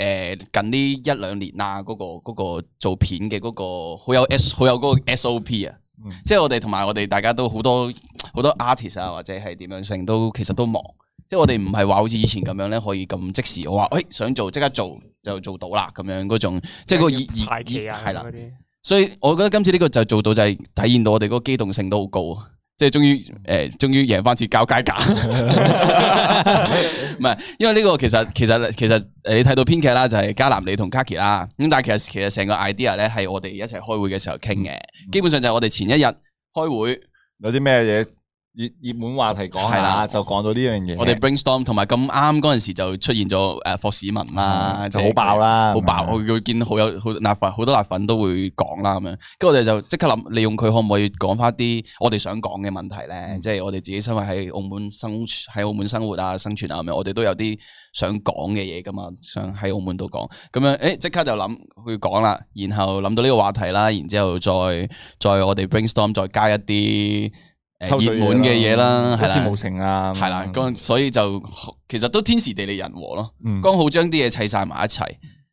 诶、近呢一兩年啦，嗰、個嗰、個做片嘅嗰、個好有 S 好有嗰個 SOP 啊。
嗯
即係我哋同埋我哋大家都好多好多 artist 啊，或者係點樣性都其實都忙，即係我哋唔係話好似以前咁樣咧，可以咁即時我話，诶、想做即刻做就做到啦咁樣嗰種，即係嗰個以以
排期啊，
係
係
啦
啦嗰。啲。
所以我覺得今次呢個就做到就係體現到我哋嗰個機動性都好高啊！即係終於誒，終於贏翻次交街價， *laughs* 唔係因為呢個其實其實其實誒，你睇到編劇啦，就係嘉南你同 Kaki 啦，咁但係其實其實成個 idea 咧係我哋一齊開會嘅時候傾嘅，基本上就係我哋前一日開會，
嗯有啲咩嘢熱熱門話題講
係
下
啦
啦，就講到呢樣嘢，
我哋 brainstorm，同埋咁啱嗰陣時就出現咗誒霍市民啦，
嗯
啊即
就
係
好爆啦
好爆！
咁樣
我會見好有好辣粉，好多辣粉都會講啦咁樣。跟住我哋就即刻諗，利用佢可唔可以講翻啲我哋想講嘅問題
嗯
咧？即係我哋自己身為喺澳門生喺澳門生活啊、生存啊咁樣，我哋都有啲想講嘅嘢噶嘛，想喺澳門度講。咁樣誒，即刻就諗去講啦，然後諗到呢個話題啦，然之後再再我哋 brainstorm 再加一啲
抽
誒
水
熱門嘅嘢啦，
一
係
事
啦
無。成啊，
系啦，咁所以就其實都天時地利人和咯，
嗯
剛好將啲嘢砌晒埋一齊。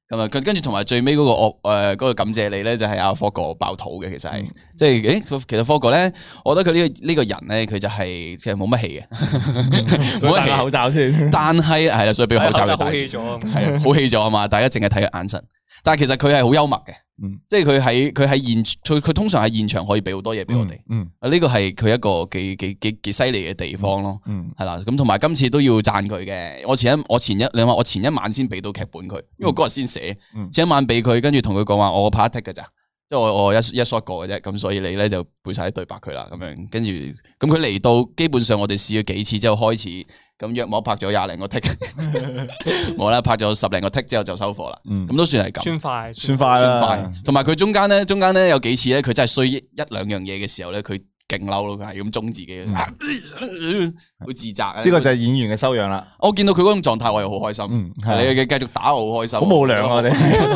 咁啊，跟跟住同埋最尾嗰個惡誒嗰個感謝你咧，就係阿科哥爆肚嘅，其
嗯
實係即係誒，佢其實科哥咧，我覺得佢呢個呢個人咧，佢就係其實冇乜氣
*laughs*
嘅，
所以戴個
冇
口
乜氣。
罩先。
但係係啦，所以俾個口罩佢
好
戴
氣
住，
咗，
係啊好氣咗啊嘛！大家淨係睇佢眼神，但係其實佢係好幽默嘅
嗯，
即係佢喺佢喺現佢佢通常喺現場可以俾好多嘢俾我哋。
嗯
啊，呢個係佢一個幾幾幾幾犀利嘅地方咯。
嗯，
係啦，咁同埋今次都要讚佢嘅。我前一我前一你話我前一晚先俾到劇本佢，因為我嗰日先寫，
嗯
前一晚俾佢，跟住同佢講話我拍一 t 嘅咋，即係我我一一 shot 過嘅啫，咁所以你咧就背晒啲對白佢啦，咁樣跟住咁佢嚟到基本上我哋試咗幾次之後開始。咁約摸拍咗廿零個
*laughs*
tick，冇啦，拍咗十零個 tick 之後就收貨啦，
嗯
咁都算係咁。
算快，
算快
算
啦
快，，同埋佢中間咧，中間咧有幾次咧，佢真係衰一一兩樣嘢嘅時候咧，佢勁嬲咯，佢係咁中自己，啊 *laughs*
嗯
好自責啊！
呢個就係演員嘅修養啦。
哦我見到佢嗰種狀態，我又好開心。
嗯係啊
你嘅繼續打我，好開心。 *laughs*
好無良啊我哋
係咪？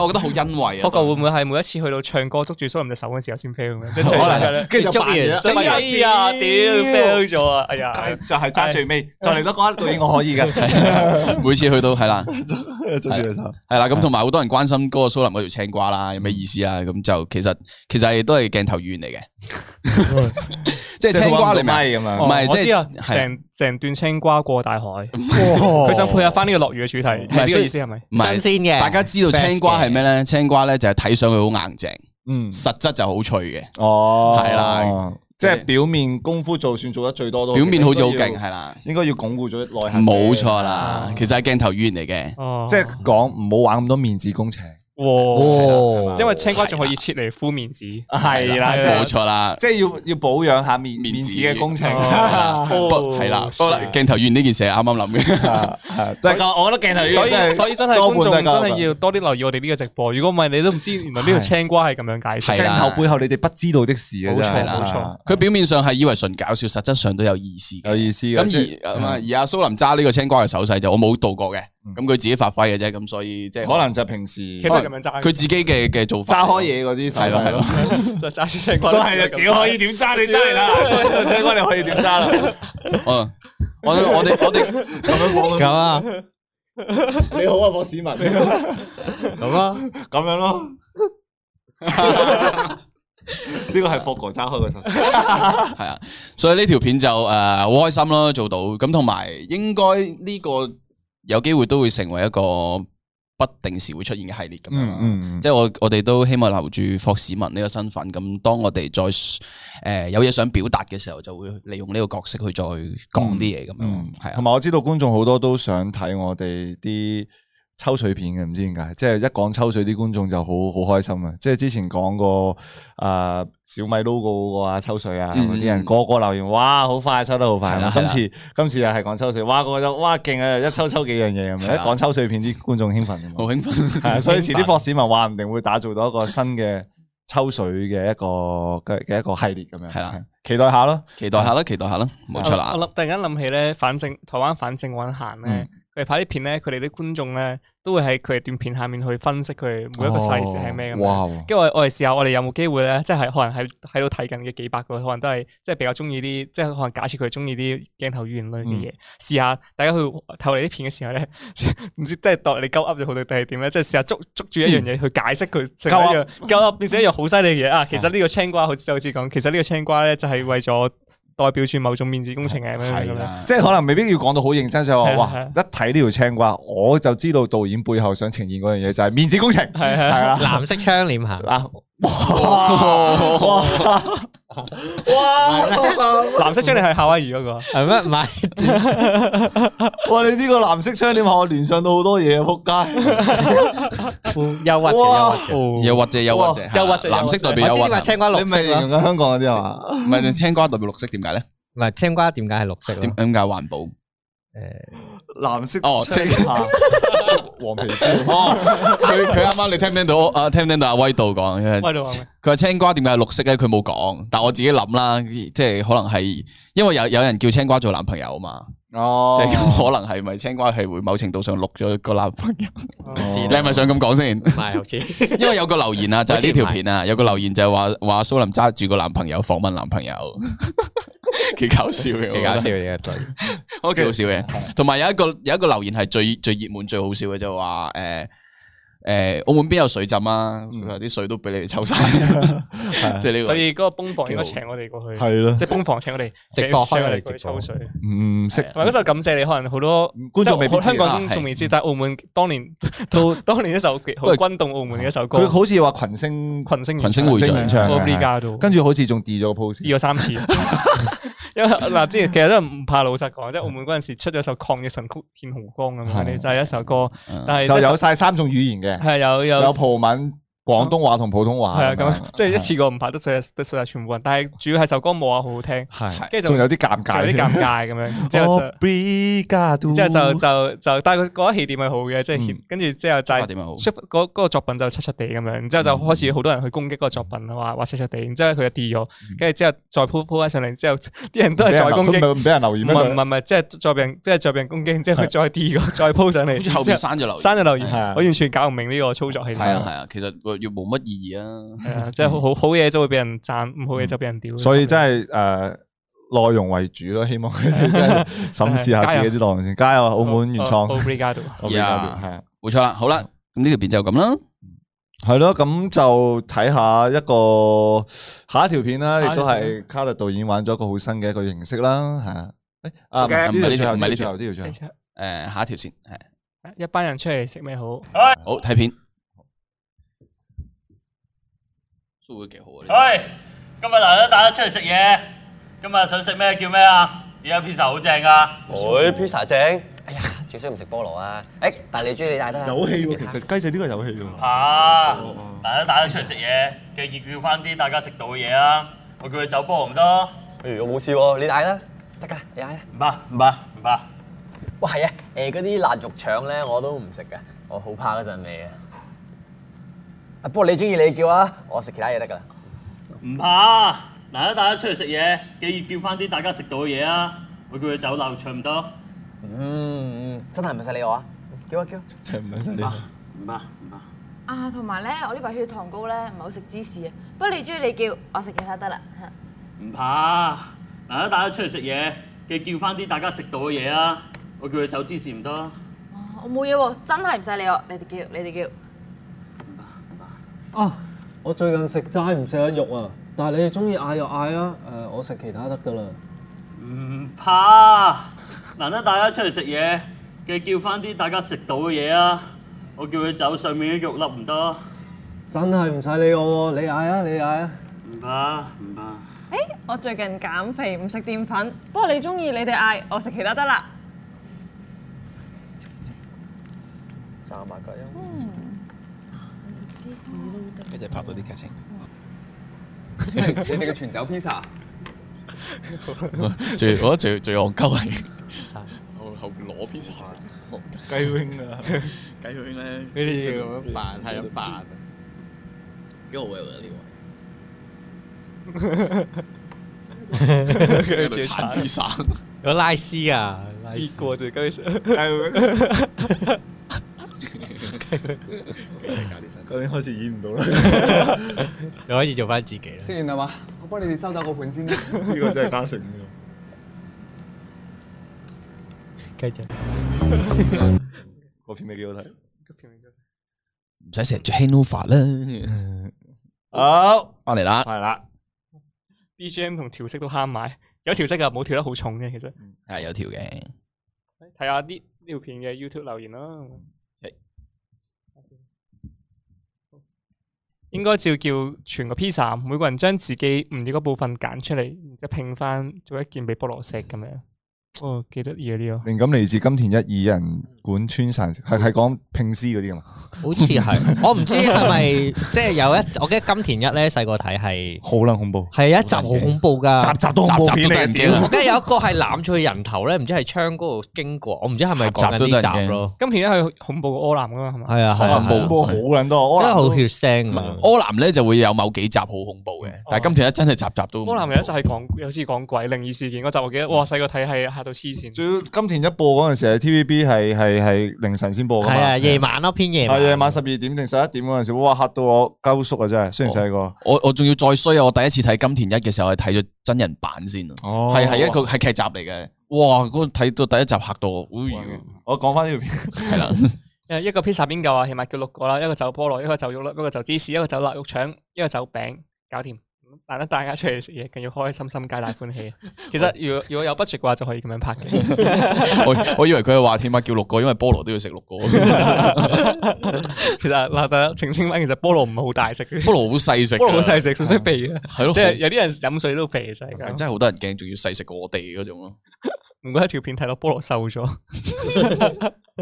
我覺得好欣慰啊！
不過會唔會係每一次去到唱歌捉住蘇林隻手嘅時候先 fail 咁樣？跟住
*laughs* 可能跟住就
捉
扮
完
嘢啦
就
哎呀，屌 fail 咗啊！哎呀，
就係揸最尾，就嚟到嗰一度已經
*laughs*
我可以嘅，
每次去到係
*laughs*
啦，
捉住隻手。
係啦，咁同埋好多人關心嗰個
*laughs*
蘇林嗰條青瓜啦，有咩意思啊？咁就其實其實係都係鏡頭語言嚟嘅， *laughs* 即係青瓜你明
咪咁
哦
啊？
唔係
我
即係
知啊，
係
成成段青瓜過大海，佢
佢
想配合翻呢個落雨嘅主題，係呢個
雖
意思係咪？
唔係
新鮮嘅
大家知道
fresh
青瓜係咩咧？青瓜咧就係睇上去好硬淨，
嗯，
實質就好脆嘅，
哦，
係啦，
即係表面功夫做算做得最多都，
表面好似好
應該要
勁，係啦，
應該要鞏固咗內核。啊
冇錯，啦。其實係鏡頭語言嚟嘅。
哦
即係講唔好玩咁多面子工程。
哇，
哦
因為青瓜仲可以切嚟敷面紙。
係
啦即係
冇錯啦。
即係要要保養下面
面
面
子
子嘅工程。
哦
不係
Oh，
啦，不過咧鏡頭語言呢件事係啱啱諗
*laughs*
嘅。
啊
但係我覺得鏡頭
所以所以真係
多
觀
半
眾
都係
真
咁啊
係要多啲留意我哋呢個直播，如果唔係你都唔知原來呢個青瓜係咁樣解
係
釋。
啦
鏡頭背後你哋不知道的事嘅
冇錯
真係
冇錯
啊
佢表面上係以為純搞笑，實質上都有意思嘅。
有意思嘅。即
咁而啊而阿蘇林揸呢個青瓜嘅手勢就我冇度過嘅，
嗯
咁佢自己發揮嘅啫，咁所以即係
可能就平時
其實都係咁樣揸嘅，
佢自己嘅嘅做法。
揸開嘢嗰啲手
係咯係咯
*laughs*
咯，
就揸住青瓜
都係啊！屌可以點揸你揸嚟啦，請哥你可以點揸啦，
嗯，我我哋我哋
咁樣講
咁啊，
你好啊，博市民，咁 *laughs*
咁啊，
樣咯。呢個係霍哥揸開個手勢，
係啊，所以呢條片就誒好開心咯，做到咁同埋應該呢個有機會都會成為一個不定時會出現嘅系列咁樣啦。
嗯
即係我我哋都希望留住霍市民呢個身份，咁當我哋再誒、呃有嘢想表達嘅時候，就會利用呢個角色去再講啲嘢咁樣，係
嗯同
啊，
埋我知道觀眾好多都想睇我哋啲抽水片嘅，唔知點解，即係一講抽水啲觀眾就好好開心啊！即係之前講過啊小米 logo 嗰個啊抽水啊，
嗯
嗰啲人個個留言哇好快抽得好快
係啦，
今次今次又係講抽水，哇個個都哇勁啊，一抽抽幾樣嘢咁樣，
係
一
啦
講抽水片啲觀眾興奮㗎嘛
好興奮， *laughs*
係啊，所以遲啲霍市民話唔定會打造到一個新嘅抽水嘅一個嘅嘅一個系列咁樣，
係啦，
期待下咯。
期待下啦，期待下啦，冇錯啦
啊我，諗突然間諗起咧，反正台灣反正揾行咧
嗯，
佢哋拍啲片咧，佢哋啲觀眾咧都會喺佢哋段片下面去分析佢每一個細節係咩咁樣。
哇！
跟住我我哋試下，我哋有冇機會咧？即係可能喺喺度睇緊嘅幾百個，可能都係即係比較中意啲，即係可能假設佢中意啲鏡頭語言類嘅嘢，試下大家去睇我哋啲片嘅時候咧， *laughs* 唔知即係當你鳩噏咗好定係點咧？即係試下捉捉住一樣嘢去解釋佢成為一樣鳩噏變成一樣好犀利嘅嘢啊！其實呢個青瓜好似好似講，其實呢個青瓜咧就係為咗代表住某種面子工程啊嘅咁樣
係
咁樣。
啦，
即係可能未必要講到好認真，就話
係啊係
哇
啊，
一睇呢條青瓜，我就知道導演背後想呈現嗰樣嘢就係面子工程，
係
係
係
啦。
藍色窗簾下，
啊！哇哇
藍色出嚟係夏威夷嗰個，
係咩？唔係，
*laughs* 哇！你呢個藍色窗簾下，我聯想到好多嘢
*laughs*
啊！仆街，
憂
啊
鬱嘅憂
哇
鬱嘅。
又或者又或者，啊
又或者
藍色代
我
表有
知點
或
解
者，
青瓜
你
綠
咪
色
形
*laughs*
咯
容，緊香港嗰啲係嘛？
唔係青瓜代表綠色，點解咧？
唔係青瓜點解係綠色
點
咯？
點解環保？
藍色
哦
窗簾下，黃皮膚。
哦，佢佢啱啱你聽唔聽到？啊，聽唔聽到阿威道講？
威道話咩
佢話青瓜點解係綠色咧？佢冇講，但我自己諗啦，即係可能係因為有有人叫青瓜做男朋友啊嘛，
哦
即係可能係咪青瓜係會某程度上綠咗個男朋友？你係咪想咁講先？
哦唔係好似
*laughs* 因為有個留言啊，就係呢條片啊，有個留言就係話話蘇林揸住個男朋友訪問男朋友， *laughs* 幾搞笑嘅，
幾搞笑嘅嘴。
我覺得，幾好笑嘅。同埋有一個有一個留言係最最熱門最好笑嘅，就話誒誒澳門邊有水浸啊？
嗯
佢話啲水都俾你哋抽
*laughs*
晒， *laughs* 即係呢個。
*laughs* 所以嗰個崩房應該請我哋過去，
係咯
即係崩房請我哋
直播
請
開
我
我
哋
哋
過
直
去抽
播
水。
唔識
同埋嗰首感謝你，可能好多
嗯觀眾未必
即係
知嗯
香港
啊
觀眾未知，但係澳門當年 *laughs*
都
當年一首好
喂
轟動澳門嘅一首歌
佢，好似話群星
群星
群星
會
匯聚
演唱嘅
o b l i g a d o
跟住好似仲 d 咗個 post，
二咗三
*laughs*
次。因為嗱，之前其實都唔怕老實講，即係澳門嗰陣時出咗首抗疫神曲《獻紅光》咁樣，
係嗯
就係一首歌，但係
就
即係
有晒三種語言嘅，
係有有
有葡文、廣東話同普通話。
係啊咁，即係一次過唔怕得罪得罪晒啊全部人，但係主要係首歌冇啊話好好聽，
係，
跟住就
仲有啲
就
尷
有
尬，哦
啲尷尬咁
*laughs*
樣，之後就。
Obrigado
之後就就就，但係佢嗰一起點係好嘅，即係
嗯
跟住之後
出
但
發
係
點係好
出嗰嗰個作品就出出地咁樣，然之後就開始好多人去攻擊嗰個作品啊，話話出出地，然之後佢就跌咗，跟住之後再鋪鋪翻上嚟之後， *laughs* 啲人都係再攻
唔俾人留
擊，
唔俾人留
唔
言咩？
係唔係唔係，即係再俾人即係再俾人攻擊，然之後佢再跌過，再鋪上嚟，
跟住後面
之後
刪咗留言，
刪咗留言
係啊，
我完全搞唔明呢個操作係
係啊
點
係，啊，其實個要冇乜意義啊。
係啊即係好好好嘢就會俾人讚，唔好嘢就俾人屌，
嗯所以真係誒內容為主咯，希望佢哋真係審視
*laughs*
下自己啲內容先。加油，澳門原創
哦
*laughs*
Obrigado
我比較啲係啊
冇錯啦，好啦，咁呢條片就咁啦。
系咯，咁就睇下一個下一條片啦，
下一
亦
條
都係卡特導演玩咗一個好新嘅一個形式啦，係啊。誒啊，唔
Okay
係呢
唔係呢條
條，
唔係
唔係
呢
呢
條
條，呢條最後
诶，下一條先，係
一班人出嚟食咩好？
好睇片。蘇會幾好啊呢個？
喂，今日大家大家出嚟食嘢，今日想食咩叫咩啊？而家 pizza 好正噶，
會 pizza 正。哎呀，最衰唔食菠蘿啊！誒，但係你中意你帶得啦。
雞仔呢個有戲喎。
啊！大家大家出嚟食嘢，記住叫翻啲大家食到嘅嘢啊！我叫佢走波唔得，
哎我冇事喎，你帶啦，得㗎，你帶啦。
唔怕唔怕唔怕。
哇，係啊，誒嗰啲辣肉腸咧我都唔食
à.
㗎，我好怕嗰陣味啊。
À,
啊，不過你中意你叫啊，我食其他嘢得㗎啦。
唔怕，嗱，家大家出嚟食嘢，記住叫翻啲大家食到嘅嘢啊！我叫佢走漏唱唔得，
嗯嗯，真係唔使理我啊，叫啊叫啊。
真係唔撚犀利。
唔怕唔怕。
啊，同埋咧，我呢排血糖高咧，唔係好食芝士啊。不過你中意你叫，我食其他得啦。
唔怕，嗱，家大家出嚟食嘢，記住叫翻啲大家食到嘅嘢啊！我叫佢走芝士唔得，唔
哦我冇嘢喎，真係唔使理我，你哋叫，你哋叫。
怕唔怕。
啊！我最近食齋唔食得肉啊，但係你哋中意嗌就嗌啊，誒、我食其他得㗎啦。
唔怕，嗱，家大家出嚟食嘢，記住叫翻啲大家食到嘅嘢啊！我叫佢走上面啲肉粒唔得，
真係唔使理我喎，你嗌啊，你嗌啊！
唔怕唔怕。
哎我最近減肥唔食澱粉，不過你中意你哋嗌，我食其他得啦。
三百個音。
一齊拍到啲劇情。
你哋嘅全酒 pizza
最我覺得最最戇鳩係後後攞 pizza 食 *laughs*
雞 wing 啊！
雞佢應該
你哋要咁樣扮係咁扮，啊
幾好嘅呢個。喺度鏟 pizza，
有拉絲啊，拉絲
過最
*laughs*
雞食。
*laughs* 究竟開始演唔到啦，
又可以做翻自己啦。
食完啦嘛，我幫你哋收走個盤先啦。
呢個真係加成嘅。
雞仔，
嗰片咪幾好睇。
唔使成日着 handover 啦。
好，
翻嚟啦，
係啦，
BGM 同調色都慳埋，有調色噶，冇調得好重嘅其實。
係有條嘅。
睇下呢呢條片嘅 YouTube 留言啦
係。
應該照叫全個 pizza，每個人將自己唔要嗰部分揀出嚟，然之後拼翻做一件俾菠蘿石咁樣。哦，幾得意啊呢個！
靈感嚟自金田一二人館川神，係係講拼詩嗰啲啊嘛，
好似係，我唔知係咪即係有一，我記得金田一咧細個睇係
好撚恐怖，
係有一集好恐怖㗎。
集都
集
恐怖
集
片
都得
嚟
人
嘅
驚啊！
跟住有一個係攬住佢人頭咧，唔知係窗嗰度經過，我唔知係咪講緊呢集咯。
今片咧係恐怖過柯南噶嘛，係嘛？
係啊，係啊，
恐怖好撚多，
真係
我
好血腥啊！
柯南咧就會有某幾集好恐怖
哦
嘅，但係今條咧真係集集都
柯南有一集係講有次講鬼靈異事件嗰集，我記得哇細個睇係嚇到黐線。
嗯最金田一播嗰陣時係 TVB 係係係凌晨先播㗎嘛。
係啊，夜晚咯，偏夜
啊！
晚。
夜晚十二點定十一點嗰陣時，哇嚇到我鳩縮啊！真係，雖然細個，
我我仲要再衰啊！我第一次睇金田一嘅時候係睇咗真人版先啊，
哦
係係一個係劇集嚟嘅。哇！嗰個睇到第一集嚇到我，哎呀
我講翻呢條片，
係
*laughs*
啦，
誒一個 pizza 邊夠啊？起碼叫六個啦，一個就菠蘿，一個就肉粒，一個就芝士，一個就臘肉腸，一個就餅，搞掂。難得大家出嚟食嘢，更要開開心心、皆大歡喜。啊其實如果如果有 budget 嘅話，就可以咁樣拍嘅。
*laughs* 我我以為佢係話起碼叫六個，因為菠蘿都要食六
*laughs*
個。
其實嗱，大家澄清翻，其實菠蘿唔係好大食嘅，
菠蘿好細食㗎，
菠蘿好細食，純粹避嘅。
係咯，
即哦係
好
有啲人飲水都避就係
係
咁。
真係好多人驚，仲要細食過我哋嗰種咯。
唔怪得條片睇到菠蘿瘦咗，
*laughs*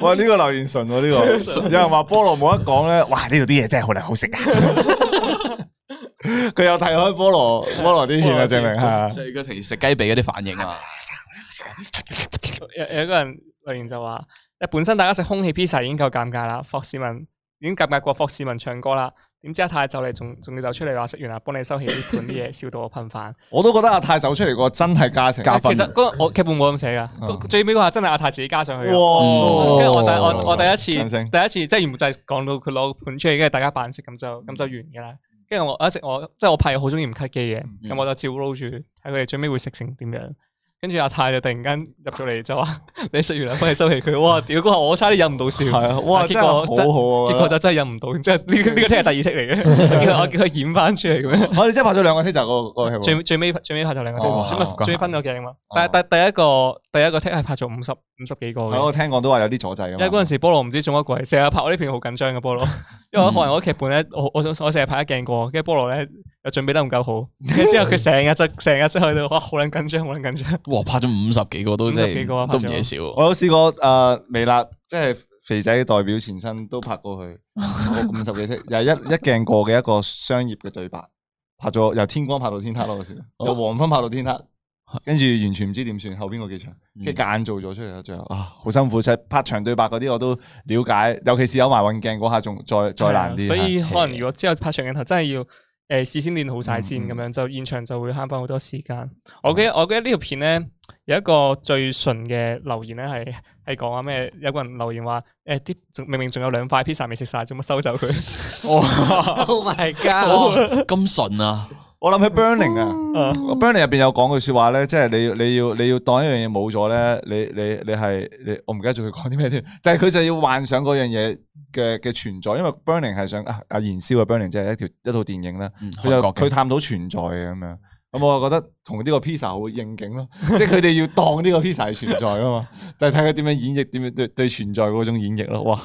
哇！呢個留言純喎，
*laughs*
呢個有人話菠蘿冇得講咧，哇！呢度啲嘢真係好撚好食啊佢有睇開菠蘿
*laughs*
菠蘿啲片啊，證明係
即係佢平時食雞髀嗰啲反應啊，
有有一個人留言就話：，本身大家食空氣 pizza 已經夠尷尬啦，霍士文已經尷尬過霍士文唱歌啦。點知阿太就嚟仲仲要走出嚟話食完啦，幫你收起呢盤啲嘢，笑到我噴飯。
我都覺得阿泰走出嚟個真係加成
加分
其實嗰個我劇本冇咁寫
嗯
噶，最尾嗰下真係阿泰自己加上去㗎。
哇！
跟住我第我我第一
掌
次
哦聲
第一次即係原本就係講到佢攞個盤出嚟，跟住大家扮食咁
嗯
就咁就完㗎啦。跟
嗯
住我我一直我即係我派好中意唔 cut 機嘅，咁我就照 roll 住睇佢哋最尾會食成點樣。跟住阿泰就突然間入到嚟就話： *laughs* 你食完啦，翻嚟收皮佢。哇！屌嗰下我差啲忍唔到笑。係
啊哇真係好好啊
結果就真係忍唔到，即係呢
嗯
個呢個聽係第二剔嚟
*laughs*
嘅。然後我叫佢演翻出嚟咁樣。
我哦哋真係拍咗兩個 take 就嗰個嗰個戲喎
最尾最尾最尾拍咗兩個
哦
take，最尾
哦
最尾分咗鏡嘛。但係第第一個第一個 take 係拍咗五十五十幾個嘅。
係我聽講都話有啲阻滯
因
啊
為
嘛。
嗰陣時菠蘿唔知中乜鬼，成日拍我呢片好緊張嘅
*laughs*
菠蘿，因為我可能我啲劇本咧，我我我成日拍一鏡過，跟住菠蘿咧又準備得唔夠好，跟住之後
*laughs*
佢成日就成日就喺度，哇好撚緊張，好撚緊張。
哇，拍咗五十幾個都真
50幾
係
個啊
都唔
拍咗
嘢少。
我有試過誒微辣，即係肥仔代表前身都拍過
*laughs*
佢五十幾 take，又一一鏡過嘅一個商業嘅對白，拍咗由天光拍到天黑咯，嗰時由黃昏拍到天黑。跟住完全唔知點算，後邊個幾長，
嗯
跟住夾硬做咗出嚟啦，最後啊好辛苦，即係拍長對白嗰啲我都了解，尤其是有埋運鏡嗰下，仲再
啊
再難啲。
啊所以可能如果之後拍長鏡頭，真係要誒事先練好晒先咁
嗯
樣，就現場就會慳翻好多時間。我記得我記得呢條片咧有一個最純嘅留言咧係係講啊咩，有個人留言話誒啲仲明明仲有兩塊 pizza 未食晒，做乜收
*laughs*
走佢？
哦
*laughs*
Oh my god！
咁純啊！
我
嗯
諗起 Burning 啊，Burning 入邊有講句說話咧，即係你要你要你要當一樣嘢冇咗咧，你你你係你我唔記得咗佢講啲咩添， *laughs* 但係佢就要幻想嗰樣嘢嘅嘅存在，因為 Burning 係想啊啊燃燒嘅 Burning 即係一條一套電影啦，佢
嗯韓
就
國嘅
佢探到存在嘅咁樣。咁我覺得同呢個 pizza 好應景
*laughs*
咯，即係佢哋要當呢個 pizza 係存在啊嘛，就係睇佢點樣演繹，點樣對對存在嗰種演繹咯。哇！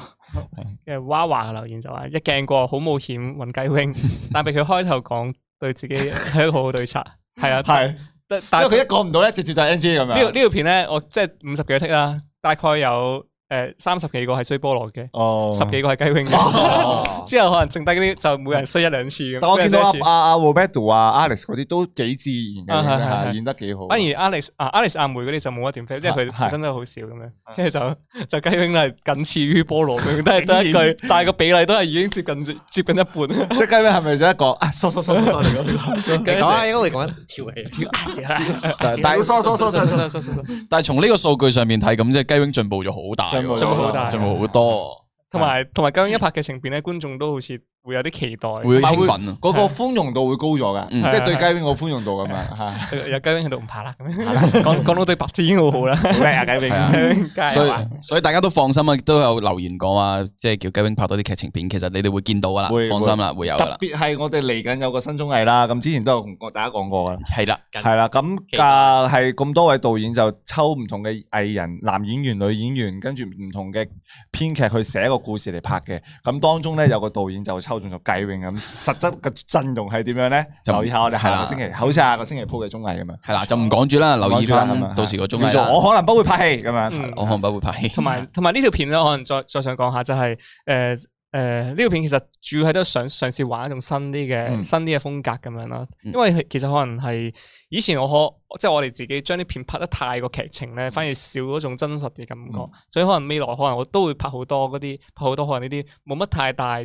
嘅娃娃嘅留言就話一鏡過好冒險揾雞
*laughs*
wing，但係佢開頭講對自己係一個好好對策，係啊，
係，
但但
因為佢一
呢
講唔到咧，直接就係 NG 咁樣。
條呢條片咧，我即係五十幾個 tick 啦，大概有誒三十幾個係衰菠蘿嘅，
哦
十幾個係雞 wing 嘅， *laughs* 之後可能剩低嗰啲就每人衰一兩次咁。
但我見到
每人
阿
衰一次
阿阿 Roberto 啊、Alex 嗰啲都幾自然嘅，
啊係係
係
係
演得幾好。
反而 Alex 啊 Alex 阿梅嗰啲就冇乜點 f 即係佢
係
本身都好少咁樣，跟住就就雞 wing 咧係僅次於菠蘿，佢都係得一句，但係 *laughs* 個比例都係已經接近接近一半。
*laughs* 即係雞尾係咪就一個啊？嗦嗦嗦嗦嗦嚟
*laughs*
嗰
你講啊，應該會講跳起。 *laughs*
但但
縮縮縮縮
縮縮
但係從呢個數據上面睇，咁即係雞 wing 進步咗好大喎，
進步咗好大
進步好多。
同埋同埋，究竟一拍嘅情片咧，觀眾都好似會有啲期待，
會興奮啊
嗰個寬容度會高咗㗎，
嗯
即係對雞 wing 個寬容度咁樣
*laughs*
嚇。
有有雞 wing 喺度唔怕啦，咁樣講講到對白已經好好啦，好
啊叻啊雞 wing
係啊
*laughs*
加
所
油
以
啊！
所以大家都放心啊，都有留言講話，即係叫雞 wing 拍多啲劇情片，其實你哋會見到噶啦，
會
放心啦，會有噶啦
特。別係我哋嚟緊有個新綜藝啦，咁之前都有同大家講過㗎啦。
係啦，
係啦，咁啊係咁多位導演就抽唔同嘅藝人，男演員、女演員，跟住唔同嘅編劇去寫個故事嚟拍嘅。咁當中咧有個導演就抽中咗雞 wing 咁，實質嘅陣容係點樣咧？
就唔
留意下我哋下個
係啦
星期，好似下個星期鋪嘅綜藝咁樣。
係啦，就唔講住啦，留意
唔講住啦係咪
翻到時個綜藝
叫
啦。
做我可能不會拍戲咁樣。
我可能不會拍戲。
同埋同埋呢條片咧，可能再再想講下就係誒誒呢條片其實主要係都想嘗試玩一種新啲嘅、
嗯
新啲嘅風格咁樣啦。
嗯
因為其實可能係以前我可即係我哋自己將啲片拍得太過劇情咧，反而少嗰種真實嘅感
嗯
覺。所以可能未來可能我都會拍好多嗰啲拍好多可能呢啲冇乜太大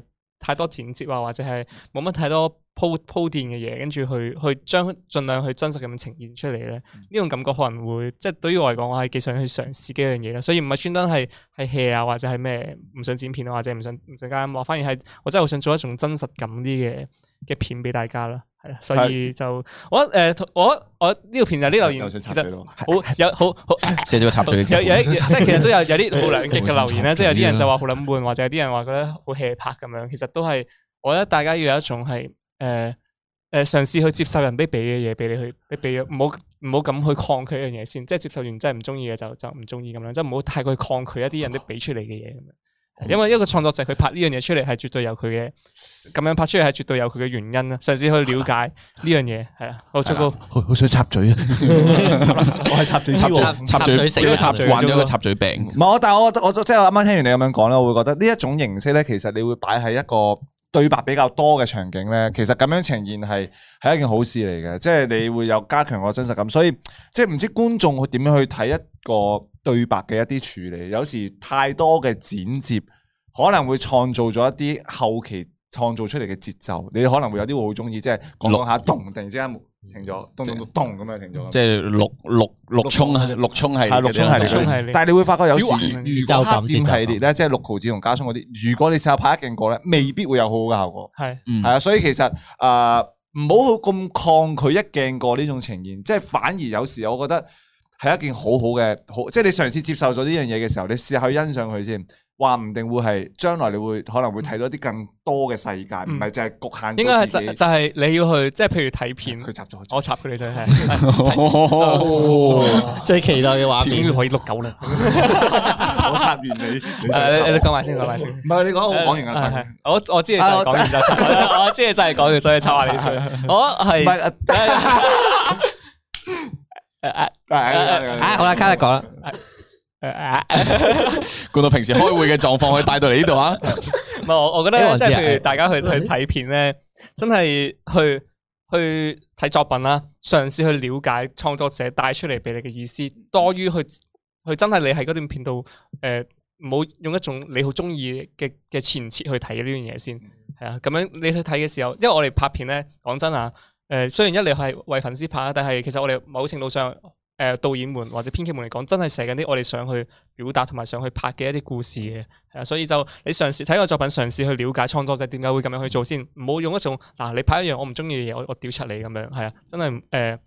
太多剪接啊，或者係冇乜太多。鋪鋪墊嘅嘢，跟住去去將盡量去真實咁樣呈現出嚟咧，
嗯
呢種感覺可能會即係對於我嚟講，我係幾想去嘗試嘅一樣嘢啦。所以唔係專登係係 hea 啊，或者係咩唔想剪片啊，或者唔想唔想加音樂，反而係我真係好想做一種真實感啲嘅嘅片俾大家啦。係啦，所以就我誒、呃我我呢條片就呢留言，
又
其
想插
實
嘴咯
好有好好。
寫咗個插嘴嘅劇
有
本
有一即係其實都有有啲好兩極嘅
好想
留言
插
咧，即係有啲人
嘴啦
就話好撚悶，或者有啲人話覺得好 hea 拍咁樣，其實都係我覺得大家要有一種係誒誒嘗試去接受人哋俾嘅嘢俾你去，你俾唔好唔好咁去抗拒一樣嘢先，即係接受完真係唔中意嘅就就唔中意咁樣，即係唔好太過去抗拒一啲人哋俾出嚟嘅嘢咁樣。因為一個創作者佢拍呢樣嘢出嚟係絕對有佢嘅，咁樣拍出嚟係絕對有佢嘅原因啦。嘗試去了解呢樣嘢係啊，好，糟糕。
好好想插嘴啊！
我係插嘴之王
插嘴
插嘴
插
死
嘴，
啦
患咗個插嘴病。
唔係我，但係我我即係我啱啱聽完你咁樣講咧，我會覺得呢一種形式咧，其實你會擺喺一個對白比較多嘅場景咧，其實咁樣呈現係係一件好事嚟嘅，即係你會有加強個真實感。所以即係唔知觀眾會點樣去睇一個對白嘅一啲處理，有時太多嘅剪接可能會創造咗一啲後期創造出嚟嘅節奏，你可能會有啲會好中意，即係講講下動，突然之間停咗，動動動咁樣停咗。
即係六
*laughs*
*laughs* 六六冲啊，六冲係
係六衝系列嗰啲，但係你會發覺有時如果黑點系列咧，即係六毫子同加葱嗰啲，如果你試下拍一鏡過咧，未必會有好好嘅效果。
係
嗯
係啊，所以其實呃誒唔好咁抗拒一鏡過呢種呈現，即係反而有時我覺得係一件好好嘅，好即係你嘗試接受咗呢樣嘢嘅時候，你試下去欣賞佢先，話唔定會係將來你會可能會睇到啲更多嘅世界，唔係就係局限
應該係
咗自
就
己。
就係你要去，即係譬如睇片，佢
插咗，
我插佢哋就係
哦
最期待嘅畫
面
可以碌狗啦。
我插完你，你再插
誒你你講埋先講埋先
唔係你講，我講完啦。
係係我我
啊
知你就係講完就插，我知你就係講完，所以插下你嘴。我係
唔係誒
啊，好啦，卡特講啦。
講到平時開會嘅狀況，可以帶到嚟呢度啊！
*laughs* 唔係我，我
呢
覺
個
得
我
即
知
係
啊
譬如大家去去睇
*laughs*
片咧，真係去去睇作品啦，嘗試去了解創作者帶出嚟俾你嘅意思，多於去去真係你喺嗰段片度誒，唔、好用一種你好中意嘅嘅前設去睇呢樣嘢先，
嗯
係啊，咁樣你去睇嘅時候，因為我哋拍片咧，講真啊，誒、雖然一嚟係為粉絲拍啦，但係其實我哋某程度上。誒、呃導演們或者編劇們嚟講，真係寫緊啲我哋想去表達同埋想去拍嘅一啲故事嘅，係啊，所以就你嘗試睇個作品，嘗試去了解創作者點解會咁樣去做先，唔好用一種嗱、你拍一樣我唔中意嘅嘢，我我屌柒你咁樣，係啊，真係誒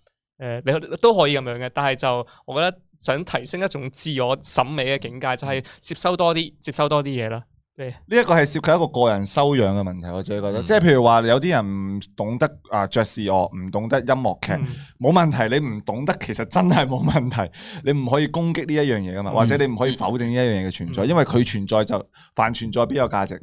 誒你都可以咁樣嘅，但係就我覺得想提升一種自我審美嘅境界，
嗯
就係、接收多啲接收多啲嘢啦，對。
呢一個係涉及一個個人修養嘅問題，我自己覺得，即係譬如話有啲人唔懂得啊爵士樂，唔懂得音樂劇，冇、問題。你唔懂得其實真係冇問題，你唔可以攻擊呢一樣嘢噶嘛，
嗯
或者你唔可以否定呢一樣嘢嘅存在，因為佢存在就凡存在必有價值，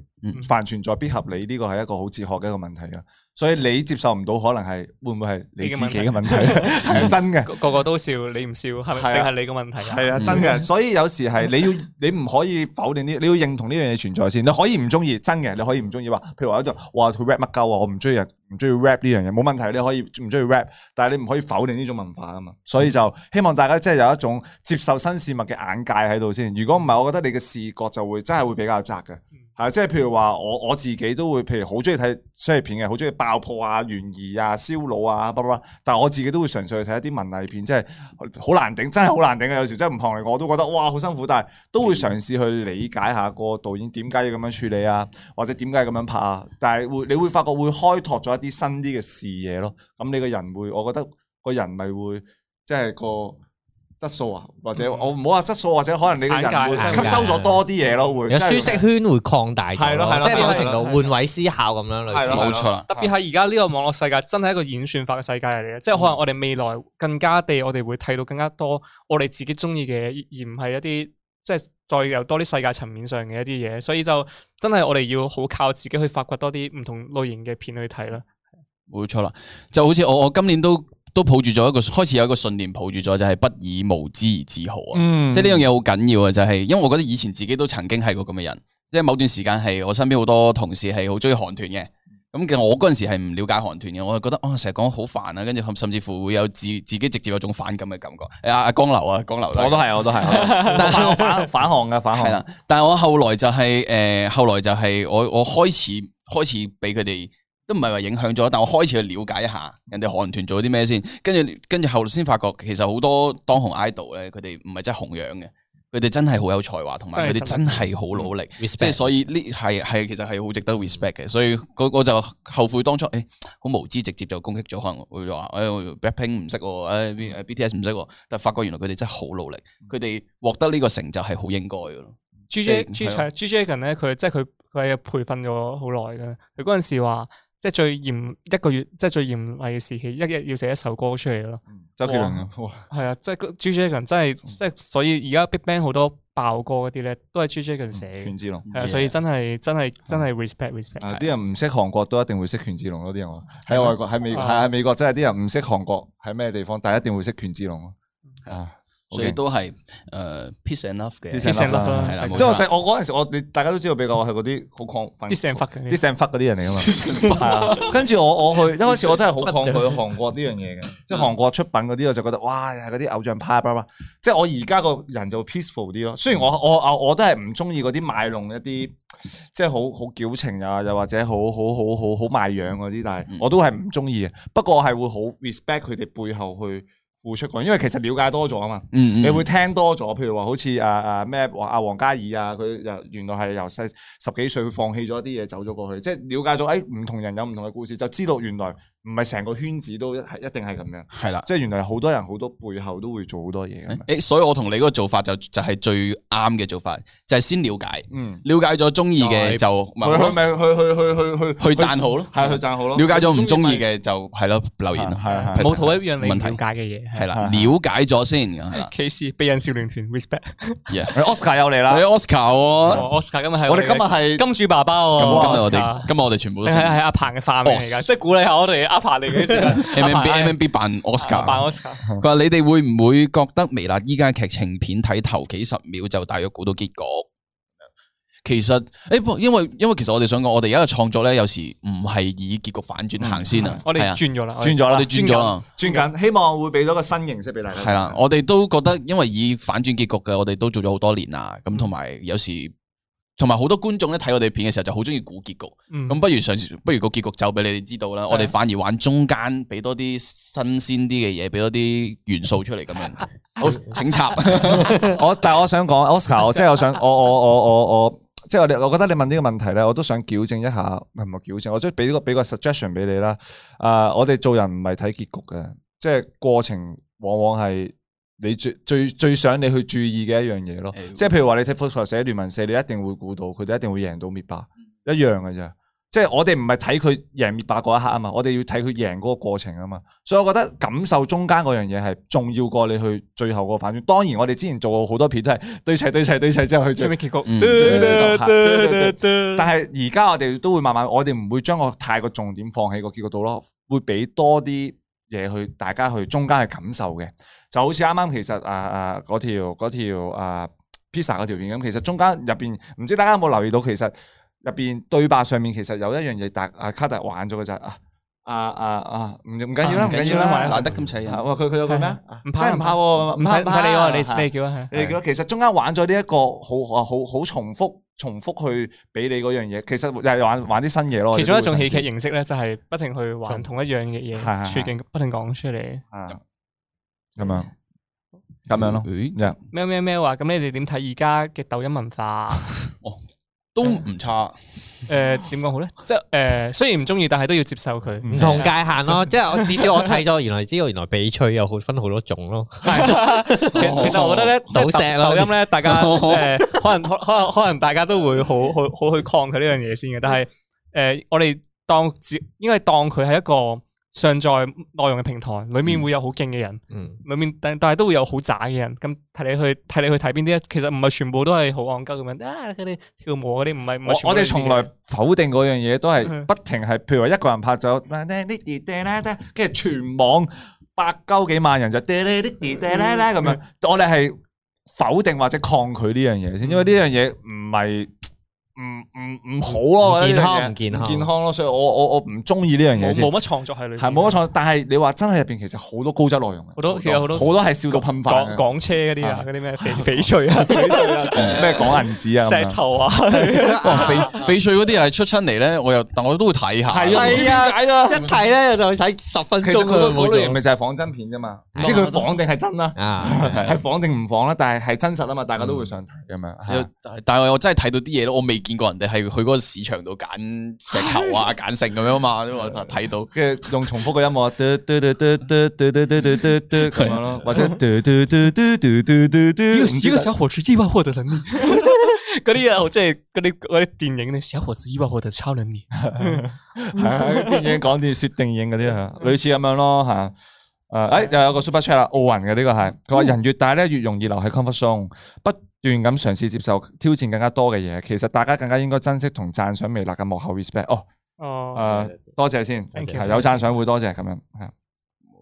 凡存在必合理，呢個係一個好哲學嘅一個問題啊。所以你接受唔到，可能係會唔會係 *laughs* 你自己嘅問題？
*laughs*
係真嘅。
個個個都笑，你唔笑係
係
咪？
啊
定係你個問題啊？嗯
系啊，真嘅，所以有時係你要你唔可以否定呢，你要認同呢樣嘢存在先。你可以唔中意，真嘅，你可以唔中意話，譬如話一種哇佢 rap 乜鳩啊，我唔中意人唔中意 rap 呢樣嘢，冇問題，你可以唔中意 rap，但係你唔可以否定呢種文化啊嘛。所以就希望大家即係有一種接受新事物嘅眼界喺度先。如果唔係，我覺得你嘅視覺就會真係會比較窄嘅。係啊，即係譬如話我我自己都會，譬如好中意睇商業片嘅，好中意爆破啊、懸疑啊、燒腦啊，巴拉巴拉。但係我自己都會嘗試去睇一啲文藝片，即係好難頂，真係好難頂嘅。有時真係唔行嚟，我都覺得哇好辛苦，但係都會嘗試去理解下個導演點解要咁樣處理啊，或者點解咁樣拍啊。但係會你會發覺會開拓咗一啲新啲嘅視野咯。咁你個人會，我覺得個人咪會即係個。質素啊，或者我唔好話質素，或者可能你個
眼界
人會
真係
吸收咗多啲嘢咯，會
有啊舒
真
適
係
圈會擴大
係
咗
咯係
咯，
咯
即係某程
係咯
度
係
換位思考咁樣類似。
特別係而家呢個網絡世界真係一個演算法嘅世界嚟嘅，即係可能我哋未來更加地，我哋會睇到更加多我哋自己中意嘅嘢，而而唔係一啲即係再有多啲世界層面上嘅一啲嘢，所以就真係我哋要好靠自己去發掘多啲唔同類型嘅片去睇啦。
冇錯啦，就好似我我今年都都抱住咗一個開始有一個信念，抱住咗就係不以無知而自豪啊！
嗯
即係呢樣嘢好緊要啊！就係、因為我覺得以前自己都曾經係個咁嘅人，即係某段時間係我身邊好多同事係好中意韓團嘅。咁其實我嗰陣時係唔了解韓團嘅，我就覺得啊成日講好煩啊，跟住甚至乎會有自自己直接有種反感嘅感覺。誒阿阿江流啊，江流
我都係，我都係，
*laughs*
但係我 *laughs* 反反行嘅反行。
係啦，但係我後來就係、诶，誒、後來就係我我開始開始俾佢哋都唔係話影響咗，但我開始去了解一下人哋韓團做啲咩先，跟住跟住後來先發覺其實好多當紅 idol 咧，佢哋唔係真係紅樣嘅。佢哋真係好有才華，同埋佢哋真係
嗯
好努力，即係所以呢係係其實係好值得 respect 嘅，所以我我就後悔當初，誒、哎好無知，直接就攻擊咗，可能會話誒 Blackpink 唔識喎，誒哎 B- 誒 BTS 唔識喎，但係發覺原來佢哋真係好努力，
嗯
佢哋獲得呢個成就係好應該嘅咯。
G
即係
J
啊
G
係咯
G J 人咧，佢即係佢佢係培訓咗好耐嘅。佢嗰陣時話，即係最嚴一個月，即係最嚴厲嘅時期，一日要寫一首歌出嚟咯。
周杰倫啊哇
係啊，即係 G J 人真係即係，所以而家 Big Bang 好多爆歌嗰啲咧，都係 G J 人寫嘅。
權志龍
係啊，所以真係真係真係 respect respect。
啊！啲人唔識韓國都一定會識權志龍咯，啲人話喺外國喺美係
啊
喺美國真係啲人唔識韓國喺咩地方，但係一定會識權志龍咯。啊，
所以都係誒 peace and love 嘅
Peace and love 啦
係啦，
即係我
冇錯
細我嗰陣時，我你大家都知道比較我係嗰啲好亢奮、
啲成忽嘅
啲成忽嗰啲人嚟噶嘛。係啊跟住我我去一開始我都係好抗拒韓國呢樣嘢嘅，即係韓國出品嗰啲我就覺得哇，又係嗰啲偶像派啦即係我而家個人就 peaceful 啲咯。雖然我我我我都係唔中意嗰啲賣弄一啲即係好好矯情啊，又或者好好好
嗯
好好賣樣嗰啲，但係我都係唔中意嘅。不過我係會好 respect 佢哋背後去。付出過，因為其實了解多咗啊嘛，
嗯嗯
你會聽多咗，譬如話好似啊啊咩黃啊黃嘉怡啊，佢由原來係由細十幾歲放棄咗啲嘢走咗過去，即係了解咗，誒、唔同人有唔同嘅故事，就知道原來唔係成個圈子都係一定係咁樣，
係啦
即係原來好多人好多背後都會做好多嘢咁樣。
诶，所以我同你嗰個做法就就係最啱嘅做法，就係先了解，
嗯哦
了解咗中意嘅就
去去咪去去去去去
去讚好咯，
係去讚好咯。
了解咗唔中意嘅就係咯留言咯，
係係
冇討一樣你唔
問
了
題
解嘅嘢，
係啦，了解咗先係啦。
歧視避孕少年團 respect。
Yeah
Oscar 又嚟啦，
係 Oscar 喎，
哦，Oscar 今日係
我哋今日
係金主爸爸喎。
咁今日我
Oscar
哋今日我哋全部
你
都
係係阿鵬嘅化名嚟㗎，即係鼓勵下我哋阿鵬嚟
*laughs*
嘅。
M M B
阿鵬
M M B 扮 Oscar，
扮 Oscar
佢話：你哋會唔會覺得微辣依家劇情片睇頭幾十秒就大約估到結局？其實诶，不因為因為其實我哋想講，我哋而家嘅創作咧，有時唔係以結局反轉行先啊。
我哋
係啊
轉咗啦
轉咗啦，我哋轉咗啦。
轉緊，希望會俾到個新形式俾大 *laughs* 家。
係啦，我哋都覺得，因為以反轉結局嘅，我哋都做咗好多年啦。咁同埋有時，同埋好多觀眾咧睇我哋片嘅時候，就好中意估結局。咁、
嗯
不如上，不如個結局就俾你哋知道啦。我哋反而玩中間，俾多啲新鮮啲嘅嘢，俾多啲元素出嚟咁樣。好，請插。
我但係我想講 Oscar，我即係我想我我我我我。即係我哋，我覺得你問呢個問題咧，我都想矯正一下，唔係唔係矯正，我即係俾個俾個 suggestion 俾你啦。啊、我哋做人唔係睇結局嘅，即係過程往往係你最最最想你去注意嘅一樣嘢咯。即係譬如話你睇《復仇者聯盟四》，你一定會估到佢哋一定會贏到滅霸，
嗯
一樣嘅啫。即係我哋唔係睇佢贏滅霸嗰一刻啊嘛，我哋要睇佢贏嗰個過程啊嘛。所以我覺得感受中間嗰樣嘢係重要過你去最後個反轉。當然我哋之前做過好多片都係對齊對齊對齊之後去
最尾結局
嗯
嘟嘟嘟
但係而家我哋都會慢慢，我哋唔會將個太過重點放喺個結果度咯，會俾多啲嘢去大家去中間去感受嘅。就好似啱啱其實啊啊嗰條嗰條啊 pizza 嗰條片咁，其實中間入邊唔知大家有冇留意到，其實入邊對白上面其實有一樣嘢，大啊卡特玩咗嘅就係啊。啊啊啊！唔唔緊要啦，
啊
唔
唔
緊
緊
要
要啦
啦，
難得咁
Ờ,
齊人
啊哇佢佢有個咩啊？
唔
真係唔怕喎，
唔使唔使理我，你
怕
你叫啊，
你哋見到其實中間玩咗呢一個好好好好重複重複去俾你嗰樣嘢，其實又係玩玩啲新嘢咯。
其中一種
我哋
喜
都會嘗試
劇形式咧，就係不停去玩同一樣嘅
係係
嘢，處境不停講出嚟。
咁樣咁樣咯。Yeah
咩咩咩話？咁你哋點睇而家嘅抖音文 *laughs* 化？哦
都唔差。
誒點講好咧？即係誒，雖然唔中意，但係都要接受佢。
唔同界限
啊
咯，即係我至少我睇咗，原來知道原來比趣有好分好多種咯。
其其啊實我覺得咧，即
好
係
錫啦
抖抖音咧， *laughs* 大家
哦
誒可能可可能可能大家都會好好好去抗拒呢樣嘢先嘅，但係誒我哋當只因為當佢係一個上載內容嘅平台，裡面會有好勁嘅人，
嗯，
裡面但但係都會有好渣嘅人，咁睇你去睇你去睇邊啲，啊其實唔係全部都係好戇鳩咁樣啊！佢哋跳舞嗰啲唔係唔係全部
我我哋從來
呢
否定嗰樣嘢，都係不停係，譬如話一個人拍咗，跟住全網百鳩幾萬人就咁樣，我哋係否定或者抗拒呢樣嘢先，因為呢樣嘢唔係唔唔唔好咯，我覺得呢樣嘢
唔健康唔
*laughs*
健康
健康咯，所以我我我唔中意呢樣嘢
啲嘢
先。
冇冇乜創作喺裏面，
係冇乜錯，但係你話真係入邊其實好多高質內容嘅，
好多其實好多
好多係笑到噴飯啊
講
嘅，
講車嗰啲啊，嗰啲咩 *laughs* 翡翡翠
*laughs*
啊、
咩講銀紙啊咁樣
石頭啊，
*laughs* 哇，翡翡翠嗰啲係出親嚟咧，我又但我都會睇下。
係啊係啊 *laughs*
解啊，一睇咧就睇十分
其實
鐘
佢
佢
嗰
冇
類型
做
咪就係仿真片啫嘛，唔知佢仿定係真啦，
啊。
係仿定唔仿啦，但係係真實啊嘛，大家
嗯
都會想睇咁樣。係啊
有但係我真係睇到啲嘢咯，我未見過人哋係去嗰個市場度揀石頭
*laughs*
啊、揀剩咁樣嘛，我睇到。
跟住用重複嘅音樂，嘟嘟嘟嘟嘟嘟嘟嘟嘟嘟嘟咁樣咯，或者嘟嘟嘟嘟嘟嘟嘟
*laughs*
嘟，唔知
一个小伙子意外获得能力。 *laughs* 嗰啲啊，好中意嗰啲嗰啲電影咧，小伙子意外獲得超能力。
*laughs* 係啊電影講電說定影嗰啲啊，
嗯
類似咁樣咯嚇。誒，誒又有個 super chat 啦，奧運嘅呢個係，佢話人越大咧越容易留喺 comfort zone，不斷咁嘗試接受挑戰更加多嘅嘢。其實大家更加應該珍惜同讚賞微辣嘅幕後 respect。哦，
哦，
誒多謝先，
Thank
係
you
有讚賞會多謝咁樣，係啊。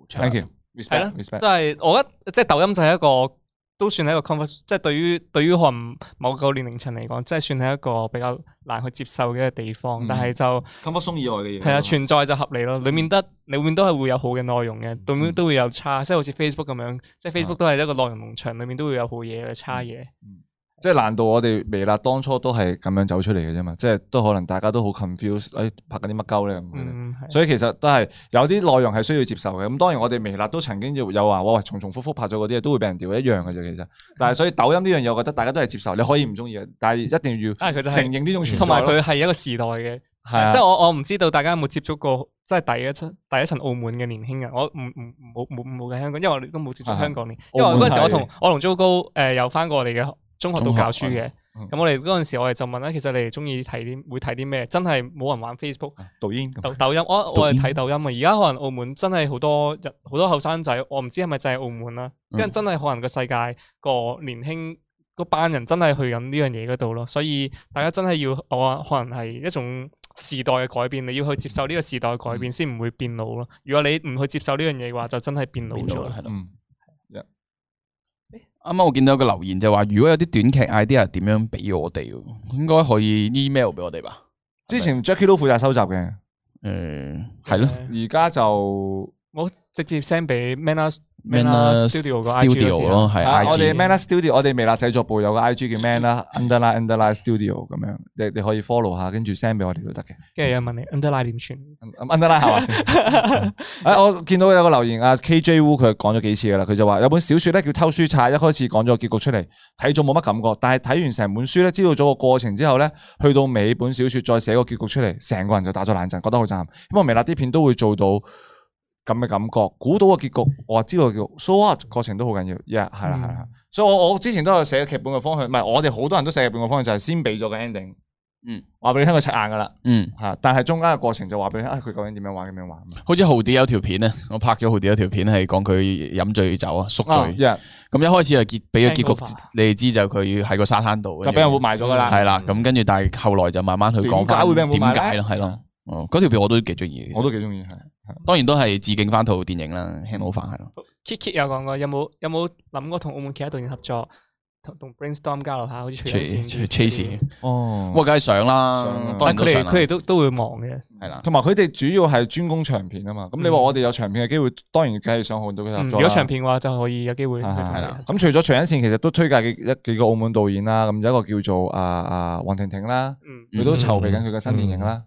Thank you。
係啦
respect，，
即
respect
係我覺得即係抖音就係一個都算係一個 comfort，即係對於對於可能某個年齡層嚟講，即係算係一個比較難去接受嘅一個地方。
嗯
但係就
comfort zone 以外嘅嘢
係啊，存在就合理咯。裡面得裡面都係會有好嘅內容
嗯
嘅，裡面都會有
啊
差，即係好似 Facebook 咁樣，即係 Facebook 都係一個內容農場，裡面都會有好嘢嘅差嘢。
即係難道我哋微辣當初都係咁樣走出嚟嘅啫嘛，即係都可能大家都好 confused，誒拍緊啲乜鳩咧咁。
嗯，係
所以其實都係有啲內容係需要接受嘅。咁當然我哋微辣都曾經有有話，哇重重複複拍咗嗰啲嘢都會俾人屌一樣嘅啫。其實，但係所以抖音呢樣嘢，我覺得大家都係接受，你可以唔中意嘅，但係一定
啊，佢
要
就係
承認呢種存在
同埋佢
咯
係一個時代嘅，
係啊
即係我我唔知道大家有冇接觸過，即係第一層第一層澳門嘅年輕人，我唔唔冇冇冇喺香港，因為我哋都冇接觸香港年，
啊
因為嗰陣時我
澳門
同
係
我同糟糕誒有翻過我哋嘅中學度教書
中學
嘅
啊嗯，
咁我哋嗰陣時我哋就問啦，其實你哋中意睇啲會睇啲咩？真係冇人玩 Facebook。
啊抖音咁
抖抖音，我我係睇抖音啊！而家可能澳門真係好多人，好多後生仔，我唔知係咪就係澳門啦，
嗯
跟住真係可能個世界個年輕嗰班人真係去緊呢樣嘢嗰度咯，所以大家真係要我話可能係一種時代嘅改變，你要去接受呢個時代嘅改變先唔會變老咯。如果你唔去接受呢樣嘢嘅話，就真係變老咗。
係
咯。
啱啱我見到有個留言就話，如果有啲短劇 idea 點樣俾我哋喎，應該可以 email 俾我哋吧？
之前 Jackie 都負責收集嘅，
誒係咯，
而家就
我直接 send 俾 Mana
Manner
Mana Studio 個 IG 嗰時啊
咯係
啊我哋
IG
Man Up Studio，我哋微辣製作部有個 I G 叫 Man 啦 Underline Underline Studio 咁樣，你你可以 follow 下，跟住 send 俾我哋都得嘅。
跟住有人問你 underline 點算？
嗯 underline 係嘛先？
*laughs*
诶，哎我見到有個留言啊，KJ Wu 佢講咗幾次噶啦，佢就話有本小说咧叫《偷書賊》，一開始講咗個結局出嚟，睇咗冇乜感覺，但係睇完成本書咧，知道咗個過程之後咧，去到尾本小说再寫個結局出嚟，成個人就打咗冷震，覺得好震撼。希望微辣啲片都會做到咁嘅感覺，估到個結局，我話知道個結局，so what 過程都好緊要，yeah 係啦係啦。所以我我之前都有寫劇本嘅方向，唔係我哋好多人都寫劇本嘅方向就係先俾咗個 ending，
嗯，
話俾你聽佢刷眼噶啦，
嗯
吓，但係中間嘅過程就話俾你聽，啊佢究竟點樣玩，點樣玩。
好似豪迪有條片咧，啊我拍咗豪迪有條片係講佢飲醉酒啊，宿醉。咁
啊
一
yeah
開始就結俾咗結
Hangover
局你哋知就佢喺個沙灘度，
就俾人活埋咗㗎啦嗯
係啦，咁跟住但係後來就慢慢去講
點解
翻
會俾人活
點
埋呢
解咯，係咯。哦，嗰條片我都幾中意，
我都幾中意，係。
當然都係致敬翻套電影啦，Hangover 係咯。
*laughs* Kit Kit 有講過，有冇有冇諗過同澳門其他導演合作，同同 Brainstorm 交流下，好似崔
黐
永善
黐
啲
黐線
哦
哇，梗係想啦
想啊，
當然
但
都
佢哋
想啦
佢哋都都會忙嘅，
係啦。
同埋佢哋主要係專攻長片啊嘛，咁你話
嗯
我哋有長片嘅機會，當然梗係想好到佢合
嗯
作
如
啦
果長片嘅話，就可以有機會去同
係
佢
啦
哋。
咁除咗徐欣善，其實都推介幾一幾個澳門導演啦，咁有一個叫做啊啊黃婷婷啦，
嗯
佢都籌備緊佢嘅新電影啦。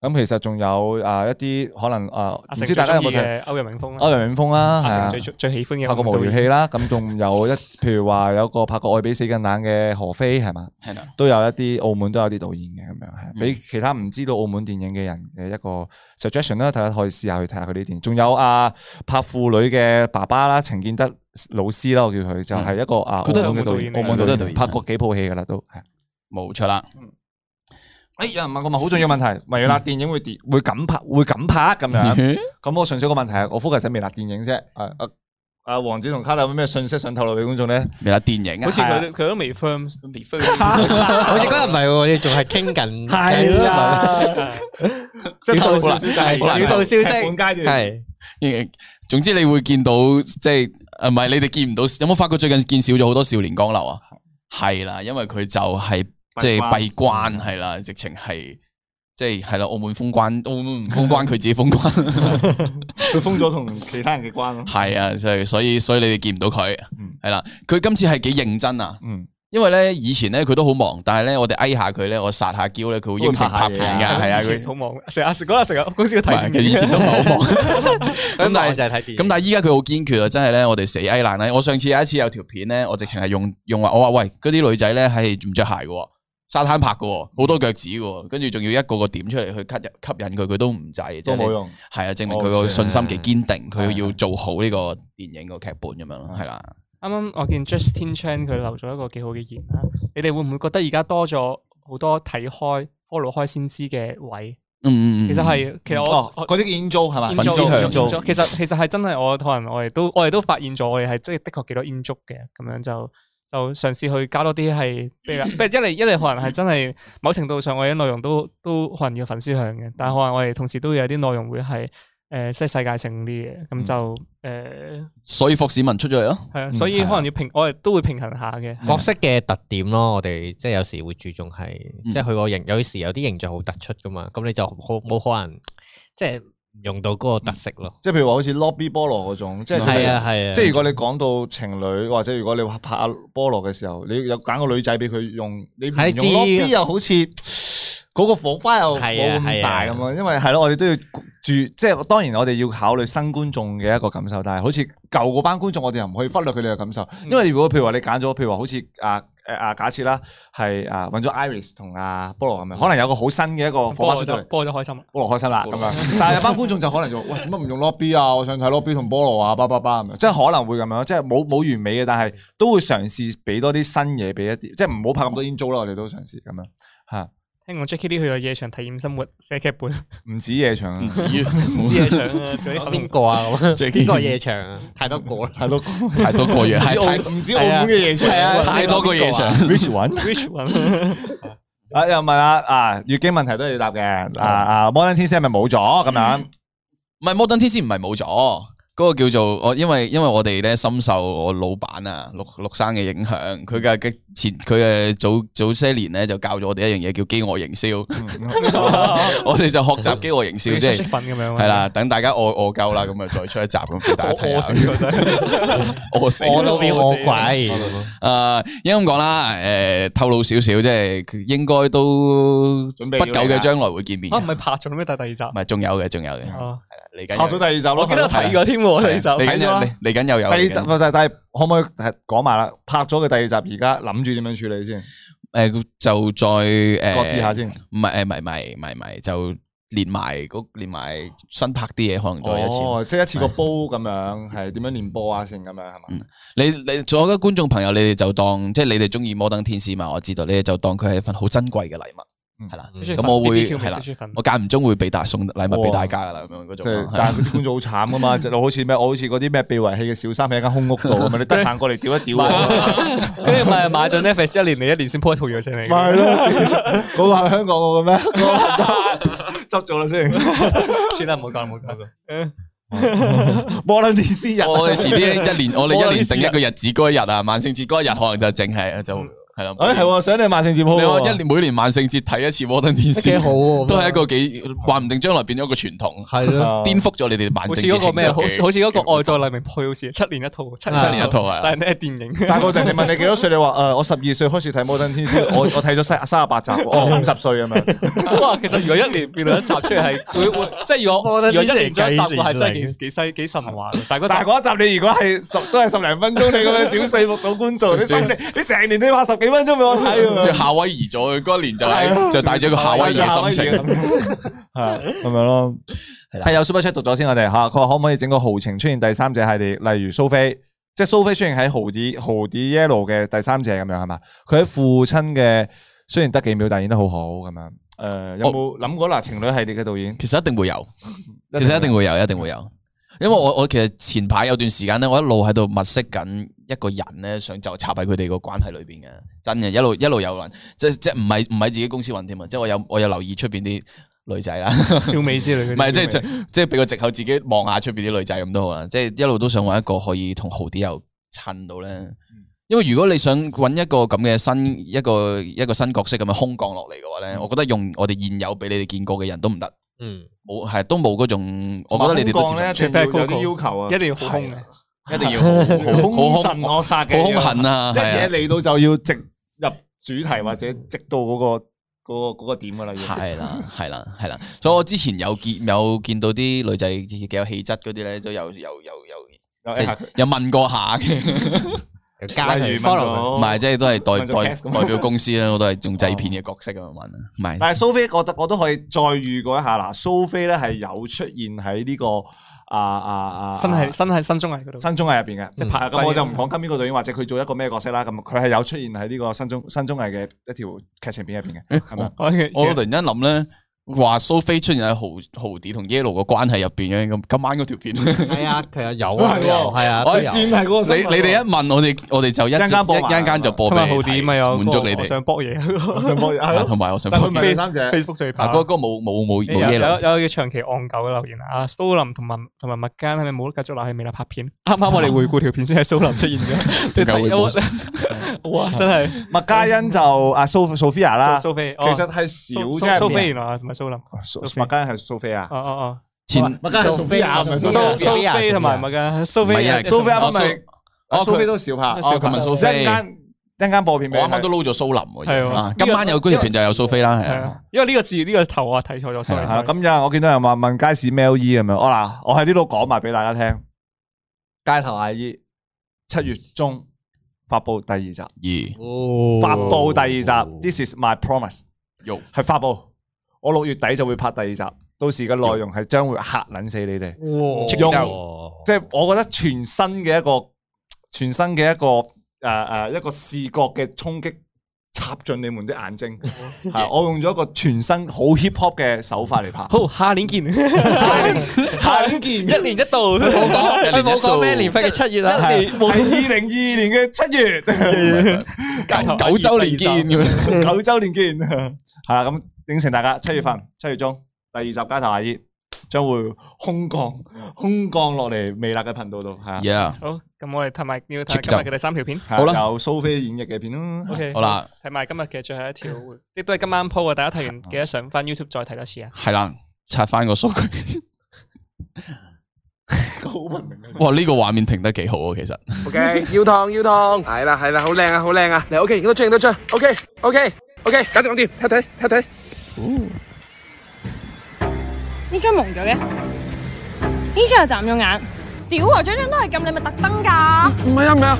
咁其實仲有啊一啲可能啊，
阿
唔
成
知大家有冇
最鍾意
睇
嘅歐陽永峰啦
歐陽永峰啦，
嗯阿成
係啊
最最喜歡嘅
拍過無聊戲啦，咁仲有一譬如話有個拍過《愛比死更冷》嘅何非係嗯嘛，
係啦，
都有一啲澳門都有啲導演嘅咁樣，係俾其他唔知道澳門電影嘅人嘅一個 suggestion 啦，大家可以試下去睇下佢啲電影。仲有啊拍父女嘅爸爸啦，陳建德老師啦，我叫佢就係一個啊
佢都係
澳
澳門
門嘅導
導
演，
演
澳
嚟嘅佢
門
都係
導
導
演
演
拍過幾部戲噶啦都係。
冇錯啦。
誒有人問我問好重要問題，微辣電影會
嗯
跌會咁拍會咁拍咁樣？咁我純粹個問題係我 focus 喺微辣電影啫。啊啊啊！黃子同卡特有咩信息想透露俾觀眾咧？
微辣電影
啊
好似佢都佢都未 firm，
未
firm
*laughs* 好似嗰日唔係喎，你仲係傾
*laughs*
緊。
係啦，
小道消息，小道消息，
係。誒總之你會見到，即係誒唔係你哋見唔到？有冇發覺最近見少咗好多少年江流啊？係啦，因為佢就係即係閉關嗯係啦，直情係即係係啦，澳門封關， *laughs* 澳門唔封關，佢自己封 *laughs* 關，
佢封咗同其他人嘅關咯。
係啊，所以所以所以你哋見唔到佢係啦。佢今次係幾認真啊，
嗯
因為咧以前咧佢都好忙，但係咧我哋翳下佢咧，我殺下嬌咧，佢會應承拍片㗎，係啊，佢。 *laughs*
好忙，成日阿成嗰日成日公司要睇電
唔係
影
佢以前都唔係好忙。咁但係
就係睇電
咁但係依家佢好堅決啊！真係咧，我哋死翳爛咧。我上次有一次有條片咧，我直情係用用話，我話喂嗰啲女仔咧係唔着鞋嘅喎，沙灘拍嘅喎，好多腳趾嘅喎，跟住仲要一個個點出嚟去吸引吸引佢，佢都唔制，即係
冇用。
係啊，證明
哦
佢個信心幾堅
算
定，佢要
啊
做好呢個電影個劇本咁樣咯，係啦。
啱啱我見 Justin Chan 佢留咗一個幾好嘅言啦，你哋會唔會覺得而家多咗好多睇開 follow 開先知嘅位？
嗯嗯嗯
其實係，其實
哦
我
嗰啲 in 租係嘛
in
粉絲
租
向
in 租
租
其實其實係真係我可能我哋都我哋都發現咗，我哋係即係的確幾多 in 足嘅，咁樣就就嘗試去加多啲係比
*laughs*
較，不過一嚟一嚟可能係真係某程度上我哋啲內容都都可能要粉絲向嘅，但係可能我哋同時都有啲內容會係誒、呃即係世界性啲嘅，咁就誒。
嗯
呃
所以霍市民出咗嚟咯，嗯
係啊，
嗯
所以可能要平，我哋都會平衡下嘅。
角色嘅特點咯，我哋即係有時會注重係，
嗯
即係佢個形，有時有啲形象好突出噶嘛，咁你就好冇可能即係用到嗰個特色咯。
即係譬如話好似 lobby 菠蘿嗰種，即係佢哋
係啊係啊
即係如果你講到情侶或者如果你拍菠蘿嘅時候，你有揀個女仔俾佢用，你唔
係
用
知啊
lobby 啊又好似嗰個火花又
係啊
冇咁大
係
咁
啊
樣，因為係咯，我哋都要注，即係當然我哋要考慮新觀眾嘅一個感受，但係好似舊嗰班觀眾，我哋又唔可以忽略佢哋嘅感受，因為如果譬如話你揀咗，譬如話好似啊。誒啊！假設啦，係啊揾咗 Iris 同阿菠蘿咁樣，可能有個好新嘅一個火花
嗯菠蘿
出咗嚟
就。菠蘿就開心啦。
菠蘿開心啦咁樣，但係有班觀眾就可能就喂做乜唔用 lobby 啊？我想睇 lobby 同菠蘿啊，叭叭叭咁樣，即係可能會咁樣，即係冇冇完美嘅，但係都會嘗試俾多啲新嘢俾一啲，即係唔好拍咁多 in 租啦，我哋都嘗試咁樣嚇，
聽講 Jackie Lee 去咗夜場體驗生活寫劇本，
唔止夜場啊，唔止
唔知夜場啊，做啲粉紅
邊個
*laughs*
啊？
最
邊個夜場啊？太多個啦，
太多 *laughs*
太多個夜，係太
唔止澳門嘅夜場，
係啊太多個夜場。
*laughs* Rich 揾
*laughs* Rich 揾
啊，又問啊啊月經問題都要答嘅啊啊 Modern 天師係咪冇咗咁樣？
嗯唔係 Modern TC 唔係冇咗，嗰、個叫做我，因為因為我哋咧深受我老闆啊陸陸生嘅影響，佢嘅嘅前佢嘅早早些年咧就教咗我哋一樣嘢叫飢餓營銷，
嗯
*laughs* 我哋就學習飢餓營銷，即
識
係
粉咁樣啊
係啦，等大家餓餓夠啦，咁啊再出一集咁俾大家睇
*laughs* 我
下
死，咗真係
*laughs* 餓死
我都變我
*laughs*
鬼。
誒，應該咁講啦，誒透露少少，即係應該都
準
不
備要嚟啦
久嘅將來會見面
啊，
嘅，
唔係拍咗咩？但係第二
唔
集
係仲有嘅，仲有嘅，
哦，
嚟緊
拍咗
有
第二集咯，
我記得我睇過添喎，第二集
嚟緊有
睇咗啦
啊
嚟嚟緊又有
第二
嚟
集，
緊
但係但係可唔可以講埋啦？拍咗嘅第二集，而家諗住點樣處理先？
诶、就再诶，
各自下先
唔係诶，唔係唔係唔係唔係，就連埋嗰連埋新拍啲嘢，可能再一次。
哦，即係一次個煲咁樣，係點樣練波啊，成咁樣係嘛？
你嗯你仲有啲觀眾朋友，你哋就當即係你哋中意摩登天使嘛？我知道你哋就當佢係一份好珍貴嘅禮物，
嗯
係啦。
即係
咁我會
BBQ
係啦
美式粉，
我間唔中會俾大送禮物俾大家噶啦，咁樣嗰
即
種
係，
係
但
啦。
係啲觀眾好慘噶 *laughs* 嘛，就好似咩，我好似嗰啲咩被遺棄嘅小三喺間空 *laughs* 屋度咁樣，你得閒過嚟 *laughs* 屌一屌我，
跟住咪買咗 Netflix 一年，你一年先 po 一套嘢出嚟。
咪係咯， *laughs* 嗰個係香港嘅咩？ *laughs* 執咗啦先， *laughs*
算啦，唔好講，唔好講。
摩登電視人，
我我哋遲啲一年，我哋
*laughs* 我
一
哋
年定一個日子嗰一日啊，萬聖節嗰一日，可能就淨係就係啦。
嗯哎誒係喎，想你萬聖節
你話
鋪
一年每年萬聖節睇一次摩登天使，
幾好喎
都係一個幾，話唔定將來變咗一個傳統。
係咯。
顛覆咗你哋萬
好
聖
似
節
嗰個咩？
慶祝
好
嘅
似好似嗰個愛在黎明配好似七年一套，七
七年一套係
但係呢係電影。
大個陣，你問你幾多歲？你話呃誒，我十二歲開始睇《摩登天師》，我我睇咗三三十八集，哦，五十歲咁 *laughs* 樣。
哇，其實如果一年變到一集出嚟係，
*laughs*
會會即係如果
我覺得
如果一
呢啲
年將一集
係計
係真係
年
幾
齡
幾西幾神話嘅。但係
但係
嗰集
嗰一集你如果係十都係十零分鐘，你咁樣屌四目到觀眾，你成年你成年你話十幾分鐘俾我睇咁
即
樣
係夏威夷咗，嗰一年就係就帶咗個夏威夷嘅心情。
*laughs* 係啊咁樣咯。係有 super chat 讀咗先，我哋嚇佢話可唔可以整個豪情出現第三者系列，例如蘇菲，即係蘇菲出現喺豪啲豪啲 yellow 嘅第三者咁樣係嘛？佢喺父親嘅雖然得幾秒，但演得好好咁樣。誒呃有冇諗過嗱情侶系列嘅導演？
哦其實一定會
*laughs*
有，其實一定會有，一定會有。因為我我其實前排有段時間咧，我一路喺度物色緊一個人咧，想就插喺佢哋個關係裏邊嘅，真嘅一路一路有人，即即唔係唔係自己公司揾添啊，即係我有我有留意出邊啲女仔
*laughs*
啦。
小美之類嗰啲，
唔係即係即即係俾個藉口自己望下出邊啲女仔咁都好啦，即係一路都想揾一個可以同豪啲又襯到咧。因為如果你想揾一個咁嘅新一個一個新角色咁樣空降落嚟嘅話咧，我覺得用我哋現有俾你哋見過嘅人都唔得，
嗯，
冇係都冇嗰種，我覺得你哋都接
啊咧，一定要有啲要求啊，
一定要好空嘅。
受唔到一定要好好好
兇
好
神惡煞嘅，
好兇狠啊，
一
係
嘢
啊。
嚟到就要直入主題或者直到嗰、個嗰、個嗰、個點噶啦，要
係啦，係啦，係啦，所以我之前有見有見到啲女仔幾有氣質嗰啲咧，都有有有有
有
即
act
係有問過下嘅。
又加
例
佢
如問
follow
到
唔係，即係都係代
問咗
代
cast 咁
代表公司啦，我都係用製片嘅角色咁樣問啦。唔係，
但係蘇菲，我都我都可以再預告一下嗱，蘇菲咧係有出現喺呢、個啊啊啊
新係新係新綜藝嗰度。
新綜藝入邊嘅，嗯
即係拍
啊
啊
咁我就唔講今邊個導演或者佢做一個咩角色啦。咁佢係有出現喺呢個新綜新綜藝嘅一條劇情片入邊嘅，係咪？
哦我突然間諗咧，話蘇菲出現喺豪豪迪同 Yellow 嘅關係入邊嘅，咁今晚嗰條片，
係
*laughs*
啊，其實有啊，都有係啊，都
我
有
算係嗰個新
你
聞喎
你哋一問我哋，我哋就一
一陣間播
一
埋
間間就播
同
俾
埋
你睇
豪啊啲
啊
咪有
滿足你
個我
哋。
想搏嘢
*laughs* 我想播係
啊
咯
同埋我想
但佢
播
唔
嘢
係第三者，
Facebook 最爆
啊，嗰個冇冇冇
有
冇
有
Yellow，
有嘅長期戇狗嘅留言啊，蘇林同埋同埋麥間係咪冇得繼續留喺美啦拍片？啱啱我
*laughs*
哋回顧條片先係蘇林出現 *laughs* 咗，
點解會冇
哇！真係哦
麥嘉欣就阿蘇 Sophia 啦，
蘇蘇菲，
其實
哦
係少
蘇
啫。
蘇菲原來唔係蘇林，
蘇
蘇菲
麥嘉欣係蘇菲啊
哦。哦
前
麥嘉係蘇菲
啊
亞唔係蘇
蘇
菲亞
蘇菲同埋麥嘉，蘇
唔係啊
菲
蘇菲亞咪哦佢
蘇菲都少拍，
哦佢問蘇菲
一陣間一陣間播片俾
我
你
啱啱
睇
都。撈咗蘇林喎，
係喎
啊今晚有嗰條片就有蘇菲啦，係啊。
因為呢個字呢個頭我啊睇錯咗
係
，sorry
啦
sorry。
咁有人我見到有人話問街市 Mel 姨咁樣，我嗱我喺呢度講埋俾大家聽，街頭阿姨七月中發布第二哦集，
二
發布第二集，This is my promise，
肉
係發布，我六月底就會拍第二集，到時嘅內容係將會嚇撚死你哋，
哇
用即係我覺得全新嘅一個全新嘅一個誒誒、呃一個視覺嘅衝擊。插進你們的眼睛，
嗯
係我用咗一個全新好 hip hop 嘅手法嚟拍。
好，下年見，
*laughs*
下年見，一
年一度，
冇講
佢 *laughs* 冇講咩年份嘅七月啦，
係係二零二二年嘅七月，
*laughs*
九九周年見咁樣，
*laughs* 九周年見，係啦，咁應承大家七月份
嗯
七月中第二集街頭阿姨將會空降空降落嚟微辣嘅頻道度，係啊
Yeah，
好，咁我哋睇埋要睇今日嘅第三條片。
係啊
好啦
有蘇菲演繹嘅片啦
O K，
好啦，
睇埋今日嘅最後一條，亦都係今晚 po 嘅，大家
啊
睇完記得上翻 YouTube 再睇多次啊！
係啦，刷翻個數據。
高明
*laughs* 哇！呢個畫面停得幾好啊，其 *laughs* 實
OK，腰痛腰痛，係啦係啦，好靚啊好靚啊，嚟 OK，影多張影多張，OK OK OK，搞掂搞掂，睇睇睇睇，
呢張蒙咗嘅，呢張又眨咗眼。屌啊！張張都係咁，你咪特登㗎。
唔係啊唔係啊，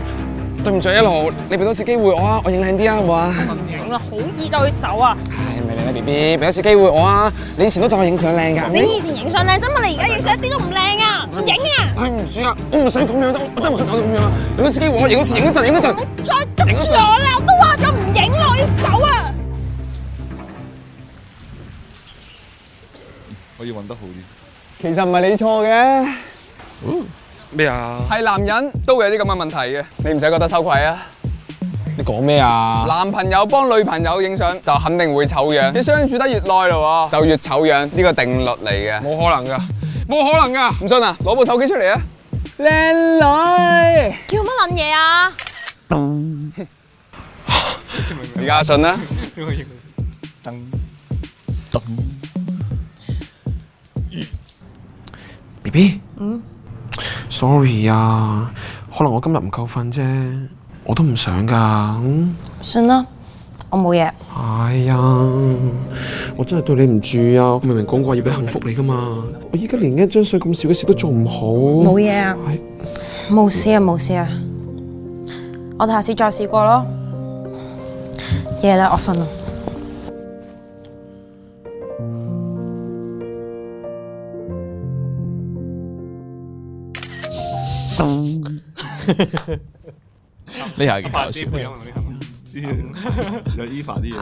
對唔住一路，你俾多次機會我啊，我影靚啲啊好唔好啊？
影啦，好熱啊，要走啊！
唉，咪嚟啦 B B，俾多次機會我啊，你以前都就係影相靚㗎，
你以前影相靚啫嘛，你而家影相一啲都唔靚啊，唔影啊！
唉唔算啊，我唔想咁樣得，我真係唔想搞到咁樣啊，俾多次機會我影多次影多陣影多陣，
再捉住我啦，我都話咗唔影啦，我要走啊！
可以揾得好啲。
其實唔係你錯嘅，Ừ.
咩啊？
係男人都會有啲咁嘅問題
啊
嘅，你唔使覺得羞愧啊。
你講咩啊？
男朋友幫女朋友影相就肯定會醜樣，你相處得越耐咯喎，就越醜樣，呢個定律嚟嘅，冇可能噶，冇可能噶，唔信啊，攞部手機出嚟啊！靚女，
叫乜撚嘢啊？
而家信啦，
，B B
嗯，
sorry 啊，可能我今日唔夠瞓啫，我都唔想噶。嗯
算啦，我冇嘢。
哎呀，我真係對你唔住啊！我明明講過要俾幸福你噶嘛，我依家連一張相咁少嘅事都做唔好。
冇嘢啊，冇事啊，冇事啊，我哋下次再試過咯。夜啦，我瞓啦。
呢下幾搞笑。
*laughs* 有 Eva 啲嘢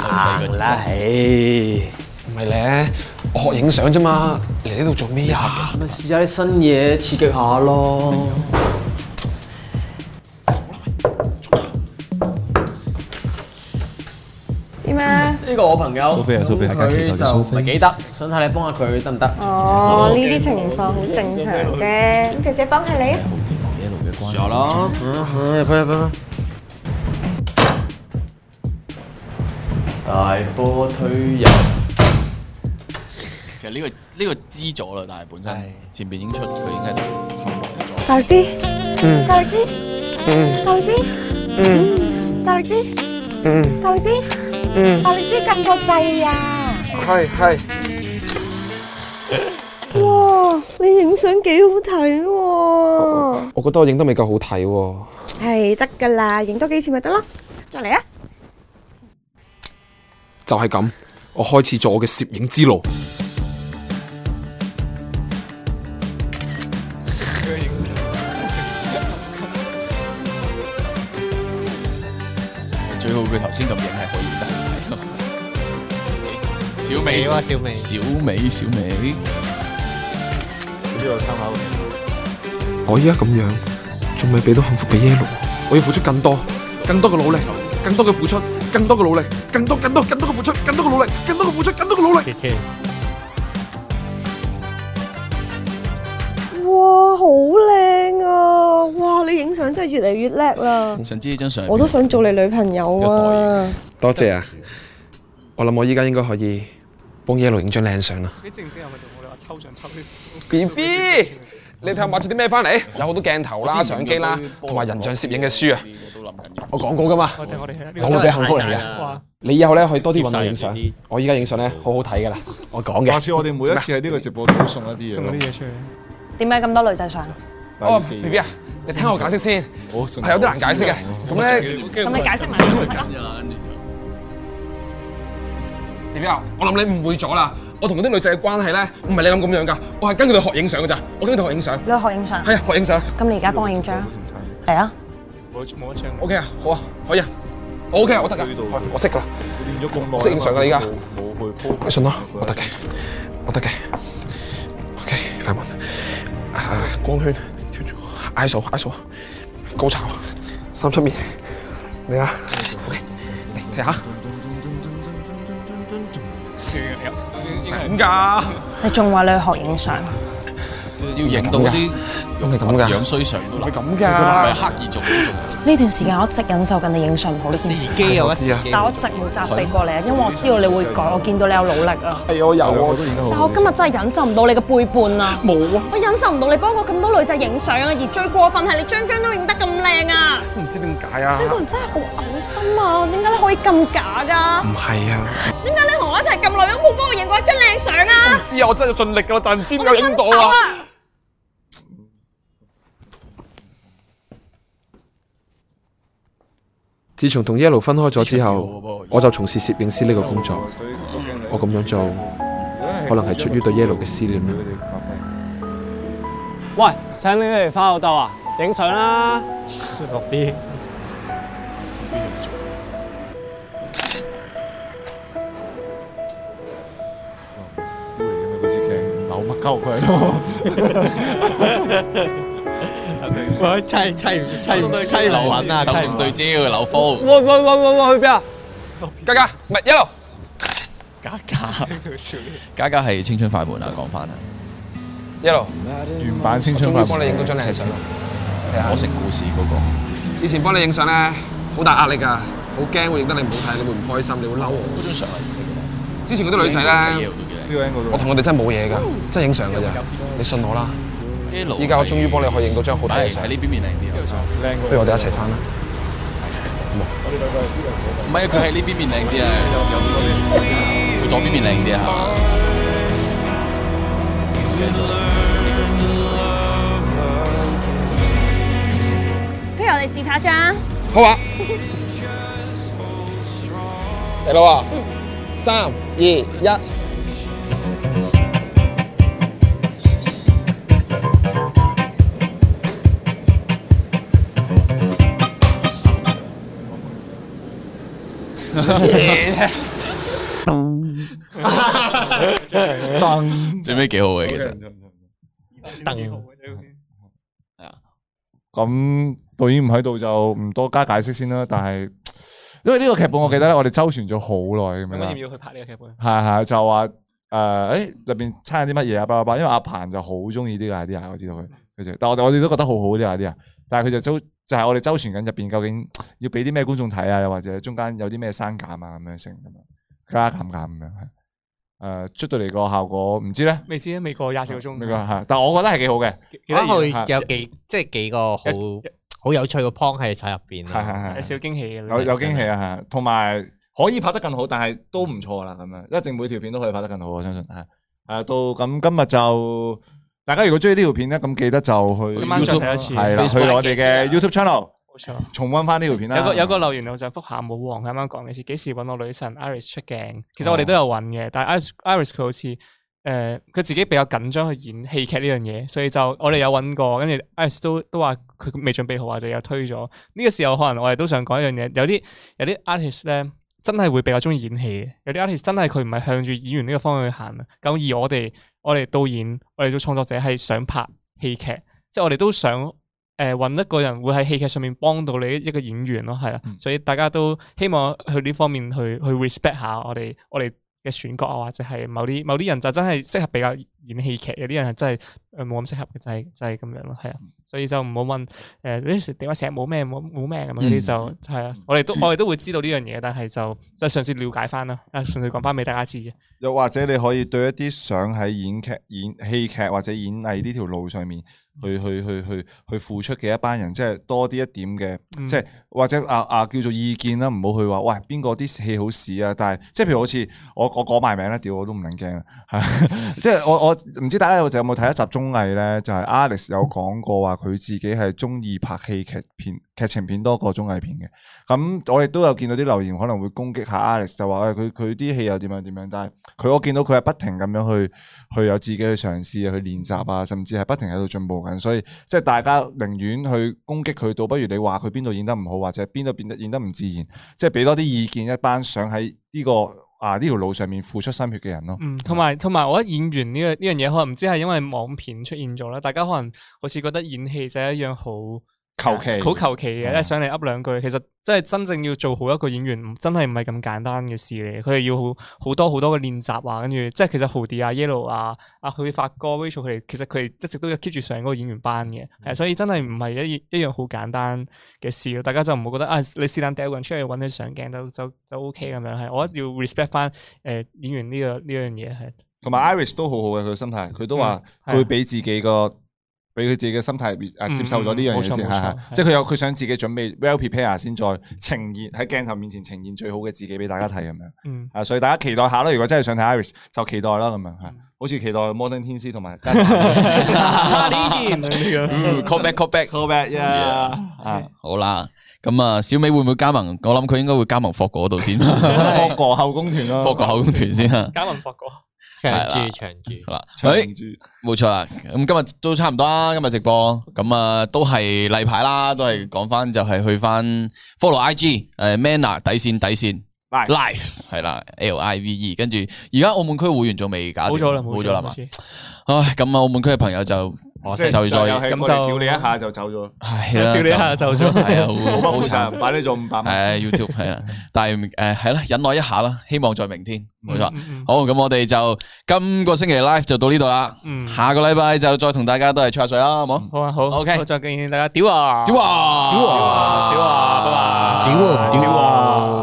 啦，唉，唔係咧，我學影相啫嘛，嚟呢度做咩啊？
咪試下啲新嘢刺激下咯。
點啊？
呢個我朋友，
蘇菲啊蘇菲
咁
大家期待嘅
佢就
蘇
唔
菲
係幾得，想睇你幫下佢得唔得？
哦，呢啲情況好正常啫。咁姐姐幫下你，
試下啦，嗯嗯，入去入去入去。大波推入，
其實呢個呢個知咗啦，但係本身前邊已經出，佢應該後來咗。
大力啲，
嗯
大力啲，
嗯
大力啲，Ừ. 嗯，大力啲，
嗯，
大力啲，
嗯
大力啲，撳個掣啊！
係係。
哇，你影相幾好睇喎！
我覺得我影得未夠好睇喎。
係得㗎啦，影多幾次咪得咯。再嚟啊！
就係咁，我開始咗我嘅攝影之路。
最好佢頭先咁影係可以得睇咯。小美
小美啊小美
小美，小美，
呢度參考。
我依家咁樣，仲未俾到幸福俾 Yellow，我要付出更多，更多嘅努力，更多嘅付出，更多嘅努力，更多更多更多嘅付出，更多嘅努力，更多嘅付出，更多嘅努力。
哇，好靚啊！哇，你影相真係越嚟越叻啦！
想知呢張相？
我都想做你女朋友啊！
多謝啊！我諗我依家應該可以幫 Yellow 影張靚相啦。
你知唔知有咪同我哋話抽象抽啲
B B，你睇下買咗啲咩翻嚟？有好多鏡頭啦、相機啦，同埋人像攝影嘅書啊。我講過噶嘛，
我哋我哋
我會俾幸福你嘅
哇。
你以後咧可以多啲揾我影相。我依家影相咧好好睇噶啦，我講嘅。
下次我哋每一次喺呢個直播都送一啲嘢，
送啲
嘢
出去。
點解咁多女仔上？
哦，B B 啊，你聽我解釋先，係有啲難解釋嘅。咁咧，
咁你解釋埋你先啦。
B B 啊，我諗你誤會咗啦。我同嗰啲女仔嘅關係咧，唔係你諗咁樣噶。我係跟佢哋學影相噶咋，我跟佢哋學影相。
你去學影相？
係啊，學影相。
咁你而家幫我影張啊？嚟啊！
冇冇得唱。
O K 啊，好啊，可以啊。O K 啊，我得噶，我我識噶啦。
練咗咁耐
識影相噶啦，依家。
冇去 po。
你信啦，我得嘅，我得嘅。O K，快門，啊光圈，跳住，ISO ISO，高炒，三七面，嚟啊，O K，嚟睇下。點㗎？
你仲話你去學影相？
要影到啲用係咁㗎，樣衰相都係咁㗎，
係
刻意做做。
呢段時間我一直忍受緊你影相唔好呢件事。
機有一時
啊
機
但我一直冇責備過你啊，因為我知道你會改，我見到你有努力啊。
係我有
我都影得
但我
好。
今日真係忍受唔到你嘅背叛啊！
冇啊！
我忍受唔到你幫我咁多女仔影相啊，而最過分係你張張都影得咁靚啊！
唔知點解啊
呢？個人真係好嘔心啊！點解你可以咁假㗎？
唔係啊，
點解你同我一齊咁耐都冇幫我影過一張靚相啊？
知啊，我真係盡力㗎啦，但唔知點解影到
好
啊。
啊！
自從同 Yellow 分開咗之後，我就從事攝影師呢個工作。我咁樣做，可能係出於對 Yellow 嘅思念啦。
喂，請你哋翻老豆啊，影相啦，落啲。
嗰支鏡扭乜鳩佢咯。
喂，砌
哎
砌砌砌流雲啊，
手動對哦焦扭波。
喂喂喂喂喂，去邊啊？
嘉嘉，唔係 Yellow，
嘉嘉，嘉嘉係青春快門啊，講翻啊。
Yellow，
原版青
春快門我終於幫你影到張靚相啦
我成故事嗰個。
以前幫你影相咧，好大壓力㗎，啊好驚會影得你唔好睇，你會唔開心，你會嬲我。嗰張相之前嗰啲女仔咧，我同佢哋真係冇嘢㗎，真係影相㗎咋，你信我啦。依家我終於幫你可以影到張好睇嘅相，
喺呢邊面靚啲啊。
不如我哋一齊翻啦。
唔係啊，佢喺呢邊面靚啲啊，佢左邊面靚啲啊。
不如我哋自拍張。
好
*laughs*
啊，嚟佬啊，三二一。
噔，最尾幾好嘅其實。
咁導演唔喺度就唔多加解釋先啦。但係
*laughs*
因為呢個劇本，我記得咧，我哋周旋咗好耐咁樣
咁
啦
要唔。要去拍呢個劇本？
係係就話誒，誒入邊差啲乜嘢啊？巴拉巴拉，因為阿彭就好中意呢個 idea，我知
嗯
道佢，佢就，但我哋我哋都覺得好好呢個 idea，但係佢就周就係我哋周旋緊入邊究竟要俾啲咩觀眾睇啊，又或者中間有啲咩刪減啊咁樣成咁樣加減減咁樣係。誒、出到嚟個效果唔知咧，
未知啊，未過廿四個鐘。
呢個係，但我覺得係幾好嘅。
幾得意啊
係
有幾即係幾個好好有趣嘅 point 喺喺入邊
係係係
啊！
有少驚喜嘅
有有驚喜啊，係同埋可以拍得更好，但係都唔錯啦，咁樣一定每條片都可以拍得更好，我相信係。誒，到咁今日就大家如果中意呢條片咧，咁記得就去
今晚再睇一次
係啦，去
Facebook
我哋嘅 YouTube channel
冇錯。
重温翻呢條片啦。
有個有個留言我想覆下武王啱啱講嘅事，幾時揾我女神 Iris 出鏡？其實我哋都有揾嘅，但係 Iris Iris 佢好似誒佢自己比較緊張去演戲劇呢樣嘢，所以就我哋有揾過，跟住 Iris 都都話佢未準備好啊，就有推咗。呢個時候可能我哋都想講一樣嘢，有啲有啲 artist 咧。真係會比較中意演戲嘅，有啲 artist 真係佢唔係向住演員呢個方向去行啊。咁而我哋我哋導演，我哋做創作者係想拍戲劇，即係我哋都想誒揾、呃一個人會喺戲劇上面幫到你一個演員咯，係啦。啊所以大家都希望去呢方面去去 respect 下我哋我哋嘅選角啊，或者係某啲某啲人就真係適合比較演戲劇，有啲人係真係誒冇咁適合嘅，就係、就係、咁樣咯，係啊。所以就唔好問誒呢時點解成日冇咩冇冇咩咁嗰啲就係啊，我哋都我哋都會知道呢樣嘢，但係就就嘗試了解翻啦，啊，純粹講翻俾大家知啫。
又或者你可以對一啲想喺演劇、演戲劇或者演藝呢條路上面去去去去去付出嘅一班人，即係多啲一點嘅，
嗯
即係或者啊啊叫做意見啦，唔好去話喂邊個啲戲好屎啊！但係即係譬如好似我我講埋名啦，屌我都唔撚驚啊！即係我我唔知大家有有冇睇一集綜藝咧，就係、Alex 有講過話佢自己係中意拍戲劇片、劇情片多過綜藝片嘅。咁我亦都有見到啲留言可能會攻擊下 Alex，就話喂佢佢啲戲又點樣點樣，但係佢我見到佢係不停咁樣去去有自己去嘗試啊，去練習啊，甚至係不停喺度進步緊。所以即係大家寧願去攻擊佢，倒不如你話佢邊度演得唔好，或者邊度變得演得唔自然，即係俾多啲意見一班想喺呢、個啊呢條路上面付出心血嘅人咯。
嗯，同埋同埋，我覺得演員呢樣呢樣嘢，可能唔知係因為網片出現咗啦，大家可能好似覺得演戲就係一樣好
求其
好求其嘅，
嗯
即係上嚟噏兩句。其實即係真正要做好一個演員，唔真係唔係咁簡單嘅事嚟。佢係要好好多好多嘅練習啊，跟住即係其實豪迪啊、Yellow 啊、阿佢發哥、Rachel 佢哋，其實佢哋一直都有 keep 住上嗰個演員班嘅，係啊所以真係唔係一一樣好簡單嘅事咯。大家就唔好覺得啊，你是但掉個人出去揾佢上鏡就就就 OK 咁樣係。我覺得要 respect 翻誒演員呢個呢樣嘢係。
同埋 Iris 都好好嘅佢心態，佢都
嗯
話
嗯係啊
佢俾自己個俾佢自己嘅心態啊
嗯
接受咗呢樣嘢
冇錯冇
先，係
錯
係
係
即係佢有佢想自己準備 well prepare 先再呈現喺鏡頭面前呈現最好嘅自己俾大家睇咁樣。
嗯
啊，所以大家期待下啦，如果真係想睇 Iris 就期待啦咁樣
嗯
嚇，好似期待摩登天師
*laughs*
同埋加拿大
嗯 call back call back
call back 啊，
好啦，咁啊，小美會唔會加盟？我諗佢應該會加盟霍哥嗰度先，霍
哥後宮團
*laughs*
咯
霍哥後宮團先啊。
加盟霍哥。
長
係啦
住長住。
好啦，
長
誒冇錯啦，咁今日都差唔多啦，今日直播咁啊，都係例牌啦，都係講翻就係去翻 follow IG 誒 Manner 底線底線
Live
live 係啦，L I V E，跟住而家澳門區會員仲未搞掂，
冇咗啦
冇
冇咗
咗啦
啦
嘛
好似，
唉，咁啊，澳門區嘅朋友就
即係
就再
遊戲過嚟屌你一下就走咗，
係
*laughs*
啦，係啊，
好
好
不負責，擺你做五百蚊。
係 YouTube
*laughs*
係啊，但係誒係啦，忍耐一下啦，希望在明天，冇錯
嗯嗯。
好，咁我哋就今個星期 live 就到呢度啦，
嗯
下個禮拜就再同大家都係吹下水啦，好冇？
好啊，好
，OK，
好再見大家，屌啊，
屌啊，
屌啊，屌啊，拜拜，屌啊，屌啊。